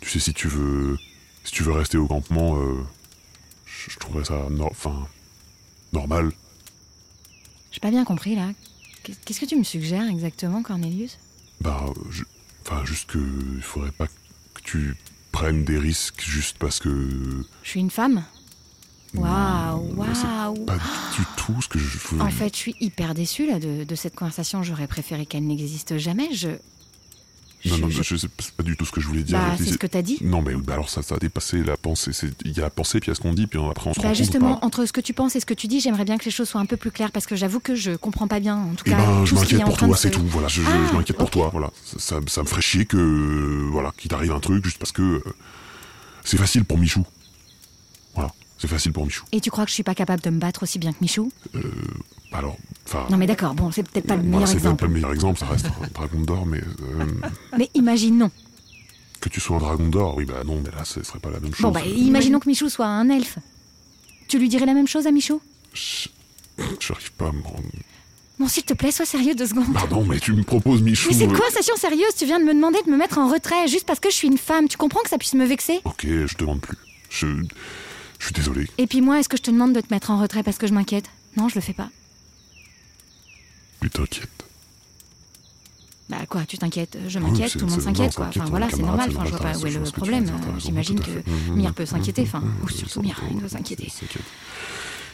S7: Tu sais, si tu veux, si tu veux rester au campement, euh, je je trouverais ça, nor- enfin, normal.
S3: J'ai pas bien compris, là. Qu'est- Qu'est-ce que tu me suggères exactement, Cornelius
S7: Bah, euh, je- enfin, juste que il faudrait pas que tu prennes des risques juste parce que
S3: Je suis une femme Waouh,
S7: bah, c'est
S3: waouh
S7: pas du tout ce que je veux.
S3: En fait, je suis hyper déçue là, de, de cette conversation. J'aurais préféré qu'elle n'existe jamais. Je.
S7: non, non,
S3: je-
S7: je sais pas- c'est pas du tout ce que je voulais dire.
S3: Bah, c'est
S7: Lycidia.
S3: ce que t'as dit.
S7: Non, mais bah, alors ça, ça a dépassé la pensée. C'est- Il y a la pensée, puis il y a ce qu'on dit, puis après on se rend
S3: Bah
S7: compte.
S3: justement,
S7: par-
S3: entre ce que tu penses et ce que tu dis, j'aimerais bien que les choses soient un peu plus claires parce que j'avoue que je comprends pas bien. En tout
S7: Eh
S3: cas,
S7: ben, je
S3: tout ce qui est
S7: m'inquiète
S3: en
S7: pour
S3: train
S7: toi,
S3: de
S7: c'est
S3: se-
S7: tout. Voilà, je, je- je
S3: Ah,
S7: m'inquiète pour
S3: ok.
S7: toi. Voilà, ça, ça- ça me ferait chier que, euh, voilà, qu'il t'arrive un truc juste parce que euh, c'est facile pour Michou. Voilà, c'est facile pour Michou.
S3: Et tu crois que je suis pas capable de me battre aussi bien que Michou
S7: Alors, enfin,
S3: Non mais d'accord, bon, c'est peut-être pas le
S7: voilà,
S3: meilleur
S7: c'est peut-être
S3: exemple.
S7: pas le meilleur exemple. Ça reste un dragon d'or, mais euh,
S3: Mais imaginons.
S7: que tu sois un dragon d'or, oui, bah non, mais là, ce serait pas la même chose.
S3: Bon bah imaginons que Michou soit un elfe. Tu lui dirais la même chose à Michou
S7: Je- J'arrive pas à me rendre.
S3: Bon, s'il te plaît, sois sérieux deux secondes.
S7: Pardon, mais tu me proposes Bah, Michou.
S3: Mais c'est
S7: euh,
S3: quoi station sérieuse Tu viens de me demander de me mettre en retrait juste parce que je suis une femme. Tu comprends que ça puisse me vexer
S7: Ok, je demande plus. Je, je suis désolé.
S3: Et puis moi, est-ce que je te demande de te mettre en retrait parce que je m'inquiète Non, je le fais pas.
S7: Mais t'inquiète.
S3: Bah quoi, tu t'inquiètes, je
S7: Oui,
S3: m'inquiète, tout
S7: c'est-
S3: le monde
S7: c'est-
S3: s'inquiète
S7: non,
S3: quoi.
S7: s'inquiète,
S3: Enfin voilà,
S7: les
S3: c'est
S7: camarades,
S3: normal,
S7: c'est
S3: enfin je vois
S7: normal,
S3: pas où
S7: t'as
S3: est
S7: raison,
S3: le
S7: je pense que tu
S3: problème.
S7: as raison,
S3: Euh,
S7: tout à
S3: J'imagine que
S7: fait. Mhm,
S3: Mire peut s'inquiéter, enfin,
S7: mhm,
S3: ou
S7: mhm,
S3: surtout Mire, il doit
S7: s'inquiète,
S3: s'inquiéter.
S7: s'inquiète.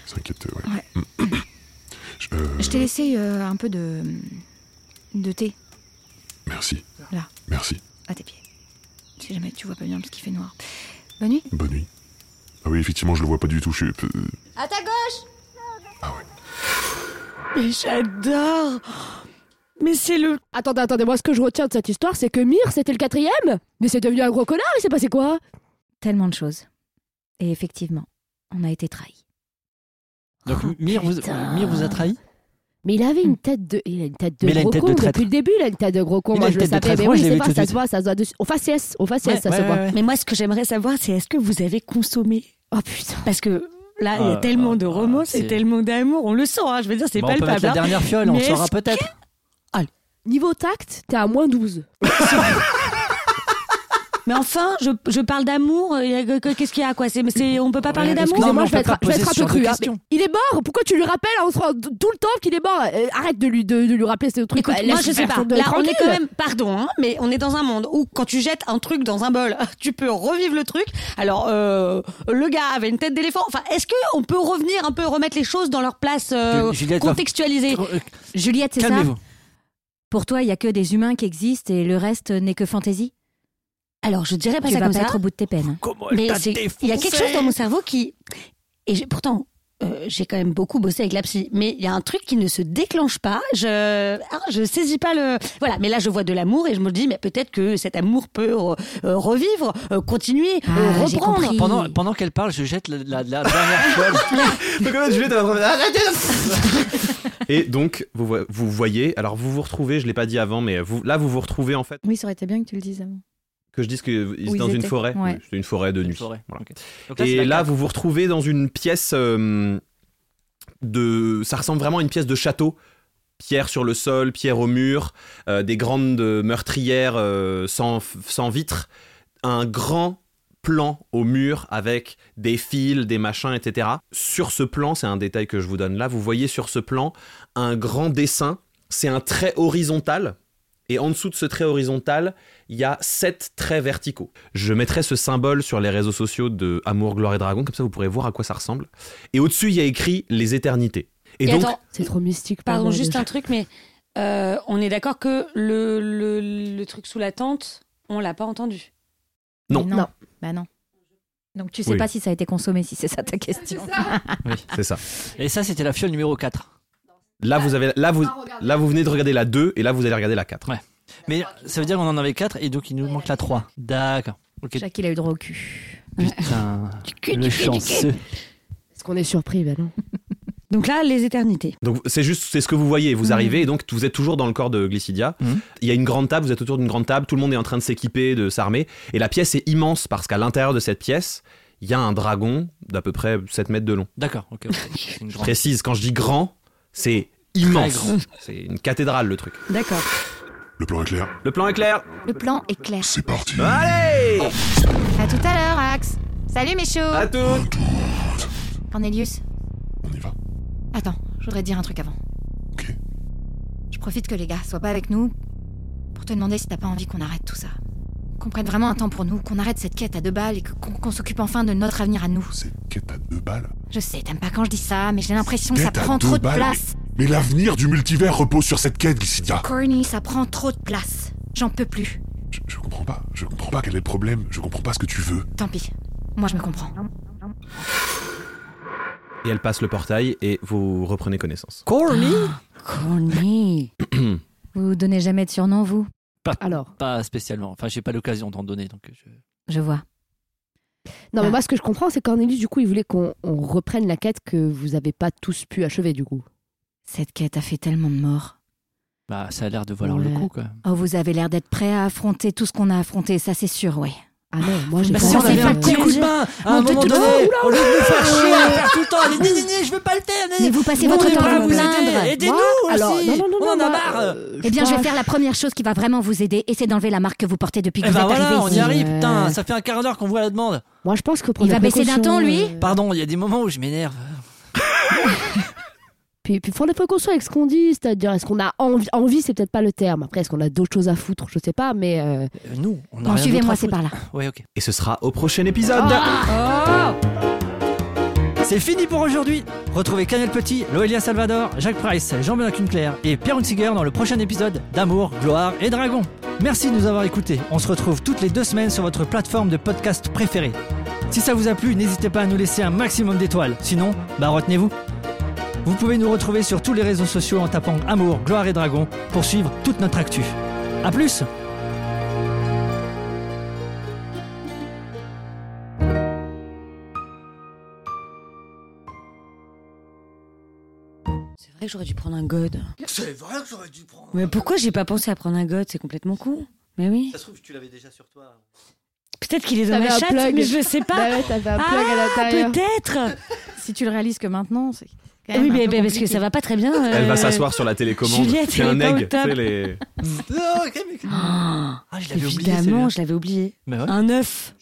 S7: S'inquiète, ouais. Mm,
S3: Ouais.
S7: Je- euh,
S3: Je t'ai laissé euh, un peu de. de thé
S7: Merci.
S3: Là.
S7: Merci.
S3: à tes pieds. Si jamais tu vois pas bien parce qu'il fait noir. Bonne nuit.
S7: Bonne nuit. Ah oui, effectivement, je le vois pas du tout. Je suis. euh,
S4: À ta gauche
S6: Mais j'adore. Mais c'est le
S5: Attendez, attendez, moi ce que je retiens de cette histoire, c'est que Mire, c'était le quatrième Mais c'est devenu un gros connard, il s'est passé quoi
S3: Tellement de choses. Et effectivement, on a été trahis.
S2: Donc
S5: Oh,
S2: Mire, vous,
S5: putain.
S2: Mire vous a trahi
S5: Mais il avait une tête de. Il a une tête de
S2: Hmm. Mais il a
S5: gros
S2: une tête
S5: con
S2: de traître.
S5: depuis le début, il a une tête de gros con.
S2: Il a
S5: Moi
S2: une
S5: je le
S2: tête de
S5: savais,
S2: traître,
S5: mais
S2: moi,
S5: oui,
S2: je l'ai
S5: c'est
S2: vu
S5: pas,
S2: tout de
S5: ça se
S2: suite.
S5: voit, ça se voit dessus. Au faciès, au faciès,
S2: Ouais,
S5: ça
S2: ouais,
S5: se voit.
S2: ouais, ouais.
S6: Mais moi, ce que j'aimerais savoir, c'est est-ce que vous avez consommé
S5: Oh putain.
S6: Parce que là, il y a
S2: Ah,
S6: tellement de
S2: ah,
S6: romance
S2: c'est-
S6: et tellement d'amour, on le sent, hein, je veux dire, c'est
S2: Bah, On peut
S6: palpable.
S2: mettre la
S6: hein.
S2: dernière fiole, on le
S6: Mais
S2: saura
S6: est-ce
S2: peut-être.
S5: Niveau tact, t'es à moins 12.
S2: Euh,
S6: Mais enfin, je, je parle d'amour, euh, que- que- qu'est-ce qu'il y a quoi C'est, c'est- On peut pas parler
S2: Ouais,
S6: d'amour
S2: excusez-moi,
S5: Excusez-moi,
S2: mais
S5: je vais
S2: on
S5: être,
S2: peut pas
S5: je vais être
S2: poser ce
S5: un
S2: genre
S5: peu
S2: de
S5: cru. hein.
S2: questions.
S5: Mais Il est mort Pourquoi tu lui rappelles On se rend d- tout le temps qu'il est mort. Euh, arrête de lui, de, de lui rappeler ce truc.
S6: Écoute,
S3: Bah,
S5: Euh,
S6: moi
S5: laisse
S6: je
S5: faire
S6: sais pas.
S5: son-
S6: Là, on
S5: tranquille.
S6: est quand même, pardon, hein, mais on est dans un monde où quand tu jettes un truc dans un bol, tu peux revivre le truc. Alors, euh, le gars avait une tête d'éléphant. Enfin, est-ce que on peut revenir un peu, remettre les choses dans leur place, euh,
S2: Ju- Juliette, va-
S6: contextualisées
S2: Euh,
S3: Juliette, c'est ça
S2: Calmez-vous.
S3: Pour toi, il y a que des humains qui existent et le reste n'est que fantaisie
S6: Alors, je dirais pas
S3: Tu
S6: ça
S3: vas
S6: comme
S3: pas
S6: ça.
S3: être au bout de tes peines.
S1: Comment
S2: Oh,
S6: Mais c'est- il y a quelque chose dans mon cerveau qui. Et j'ai- pourtant, euh, j'ai quand même beaucoup bossé avec la psy, mais il y a un truc qui ne se déclenche pas. Je, ah, je saisis pas le. Voilà, mais là, je vois de l'amour et je me dis, mais peut-être que cet amour peut euh, euh, revivre, euh, continuer, euh,
S3: Ah, j'ai
S6: reprendre.
S3: compris.
S2: Pendant, pendant qu'elle parle, je jette la, la- la dernière fois.
S1: Donc, en fait, Juliette, elle est en train de- Arrêtez de- Et donc, vous, vo- vous voyez, alors vous vous retrouvez, je l'ai pas dit avant, mais vous, là, vous vous retrouvez en fait,
S3: Oui, ça aurait été bien que tu le dises avant.
S1: que je dise qu'ils étaient
S3: ils
S1: dans une
S3: étaient,
S1: forêt.
S3: ouais.
S1: C'était une forêt de
S2: Une
S1: nuit.
S2: forêt,
S1: Voilà.
S2: ok. Donc c'est
S1: Et
S2: la
S1: là,
S2: cave.
S1: vous vous retrouvez dans une pièce euh, de. Ça ressemble vraiment à une pièce de château. Pierre sur le sol, pierre au mur, euh, des grandes euh, meurtrières euh, sans, sans vitres, un grand plan au mur avec des fils, des machins, etc. Sur ce plan, c'est un détail que je vous donne là, vous voyez sur ce plan un grand dessin, c'est un trait horizontal, et en dessous de ce trait horizontal, il y a sept traits verticaux. Je mettrai ce symbole sur les réseaux sociaux de Amour, Gloire et Dragon, comme ça vous pourrez voir à quoi ça ressemble. Et au-dessus, il y a écrit les éternités. Et,
S6: Et
S1: donc,
S6: attends,
S5: C'est trop mystique.
S6: pardon,
S5: moi,
S6: juste
S5: déjà.
S6: un truc, mais euh, on est d'accord que le, le, le truc sous la tente, on l'a pas entendu.
S1: Non.
S3: Mais
S5: Non.
S3: Bah non. Donc tu sais
S1: Oui.
S3: pas si ça a été consommé, si c'est ça ta question.
S1: c'est ça.
S2: Et ça, c'était la fiole numéro 4.
S1: Là, vous avez, là, vous, là, vous venez de regarder la 2 et là, vous allez regarder la 4.
S2: Ouais. Mais ça veut dire qu'on en avait 4 et donc il nous manque la 3. D'accord. Ok.
S3: Jacques, il a eu droit au cul.
S2: Putain. Le chanceux.
S5: Parce qu'on est surpris, ben non.
S6: Donc là, les éternités.
S1: Donc, c'est juste, c'est ce que vous voyez.
S6: Mhm.
S1: Vous arrivez et donc, vous êtes toujours dans le corps de Glycidia.
S2: Mhm.
S1: Il y a une grande table, vous êtes autour d'une grande table, tout le monde est en train de s'équiper, de s'armer. Et la pièce est immense parce qu'à l'intérieur de cette pièce, il y a un dragon d'à peu près 7 mètres de long.
S2: D'accord. Ok. ok. C'est une
S1: Je
S2: grande-
S1: précise, quand je dis grand, c'est immense.
S2: grand.
S1: C'est une cathédrale, le truc.
S6: D'accord.
S7: Le plan est clair
S1: Le plan est clair
S3: Le plan est clair.
S7: C'est parti
S1: Allez
S10: À tout à l'heure, Axe. Salut mes choux.
S7: Ah.
S1: À tout
S10: Cornelius,
S7: On y va
S10: attends, je voudrais te dire un truc avant.
S7: Ok.
S10: Je profite que les gars soient pas avec nous pour te demander si t'as pas envie qu'on arrête tout ça. Qu'on prenne vraiment un temps pour nous, qu'on arrête cette quête à deux balles et que- qu'on qu'on s'occupe enfin de notre avenir à nous.
S7: C'est quête à deux balles
S10: Je sais, t'aimes pas quand je dis ça, mais j'ai l'impression que
S7: Quête
S10: ça
S7: à
S10: prend
S7: deux
S10: trop de
S7: balles.
S10: place.
S7: Mais l'avenir du multivers repose sur cette quête, Glycidia
S10: Corny, ça prend trop de place. J'en peux plus.
S7: je, je comprends pas, je comprends pas quel est le problème, je comprends pas ce que tu veux.
S10: Tant pis. Moi, je me comprends.
S1: Et elle passe le portail et vous reprenez connaissance.
S2: Corny
S6: Corny.
S3: Vous vous donnez jamais de surnom, vous
S5: Alors.
S2: Pas spécialement. Enfin, j'ai pas l'occasion d'en donner. Donc je...
S3: Je vois.
S5: Non, mais
S3: Ah.
S5: moi, ce que je comprends, c'est que Cornelius, du coup, il voulait qu'on on reprenne la quête que vous avez pas tous pu achever, du coup.
S3: Cette quête a fait tellement de morts.
S2: Bah, ça a l'air de valoir le
S5: Ouais.
S2: coup, quoi.
S3: Oh, vous avez l'air d'être prêt à affronter tout ce qu'on a affronté, ça c'est sûr, ouais.
S5: Ah non, moi, j'ai
S3: Bah,
S5: pas
S3: si on
S5: envie hein.
S3: avait
S5: de-
S3: un petit coup de
S2: main
S3: à un moment donné,
S2: au lieu de nous faire chier à faire tout le temps, allez, je veux pas le
S3: Mais
S2: faire.
S3: vous passez
S2: Nous, on
S3: votre
S2: est
S3: temps
S2: prêts
S3: à
S2: à
S3: vous
S2: vous aider.
S3: plaindre.
S2: Aidez-nous
S5: Moi,
S2: aussi.
S5: alors, non, non, non,
S2: On en
S5: non,
S2: a
S5: moi,
S2: marre.
S5: euh,
S3: Eh bien, je vais
S5: pense-
S3: faire la première chose qui va vraiment vous aider, et c'est d'enlever la marque que vous portez depuis que
S2: Eh
S3: vous êtes
S2: ben voilà, on
S3: arrivé ici.
S2: y arrive, putain,
S5: Ouais.
S2: ça fait un quart d'heure qu'on voit la demande.
S5: Moi, je pense que prendre
S3: va
S5: des
S3: baisser d'un
S5: précautions,
S3: ton, lui
S5: euh,
S2: Pardon, il y a des moments où je m'énerve.
S5: Puis, puis faut des précautions avec ce qu'on dit, c'est-à-dire est-ce qu'on a envie, envie, c'est peut-être pas le terme. Après, est-ce qu'on a d'autres choses à foutre, je sais pas, mais euh,
S2: Euh, Nous,
S3: Bon,
S2: on a rien d'autre à
S3: suivez-moi, c'est
S2: foutre.
S3: par là.
S2: Ouais, ok.
S1: Et ce sera au prochain épisode
S6: Ah,
S2: C'est fini pour aujourd'hui. Retrouvez Canel Petit, Loelia Salvador, Jacques Price, Jean-Benoît Kunkler et Pierre Hunziger dans le prochain épisode d'Amour, Gloire et Dragon. Merci de nous avoir écoutés. On se retrouve toutes les deux semaines sur votre plateforme de podcast préférée. Si ça vous a plu, n'hésitez pas à nous laisser un maximum d'étoiles. Sinon, bah retenez-vous. Vous pouvez nous retrouver sur tous les réseaux sociaux en tapant Amour, Gloire et Dragon pour suivre toute notre actu. A plus
S6: C'est vrai que j'aurais dû prendre un god.
S2: C'est vrai que j'aurais dû prendre.
S6: Mais pourquoi j'ai pas pensé à prendre un god C'est complètement con. Mais oui.
S2: se trouve, tu l'avais déjà sur toi.
S6: Peut-être qu'il est dans
S5: T'avais
S6: ma
S5: un
S6: chatte,
S5: plug.
S6: mais je sais
S5: bah
S6: pas.
S5: ouais, t'avais un
S6: Ah,
S5: plug à l'intérieur.
S6: Peut-être.
S3: Si tu le réalises que maintenant, c'est. quand même
S6: Oui,
S3: un
S6: mais,
S3: peu
S6: mais parce que
S3: compliqué.
S6: ça va pas très bien.
S1: Elle
S6: euh,
S1: va s'asseoir sur la télécommande.
S6: Juliette,
S1: C'est
S6: elle
S1: un
S6: est pas au
S1: egg.
S6: top.
S1: tu sais, les-
S2: Ah, ok, mais...
S6: Ah,
S2: Ah, je l'avais oublié.
S6: évidemment,
S2: celui-là.
S6: je l'avais oublié.
S2: Mais ouais.
S6: Un œuf.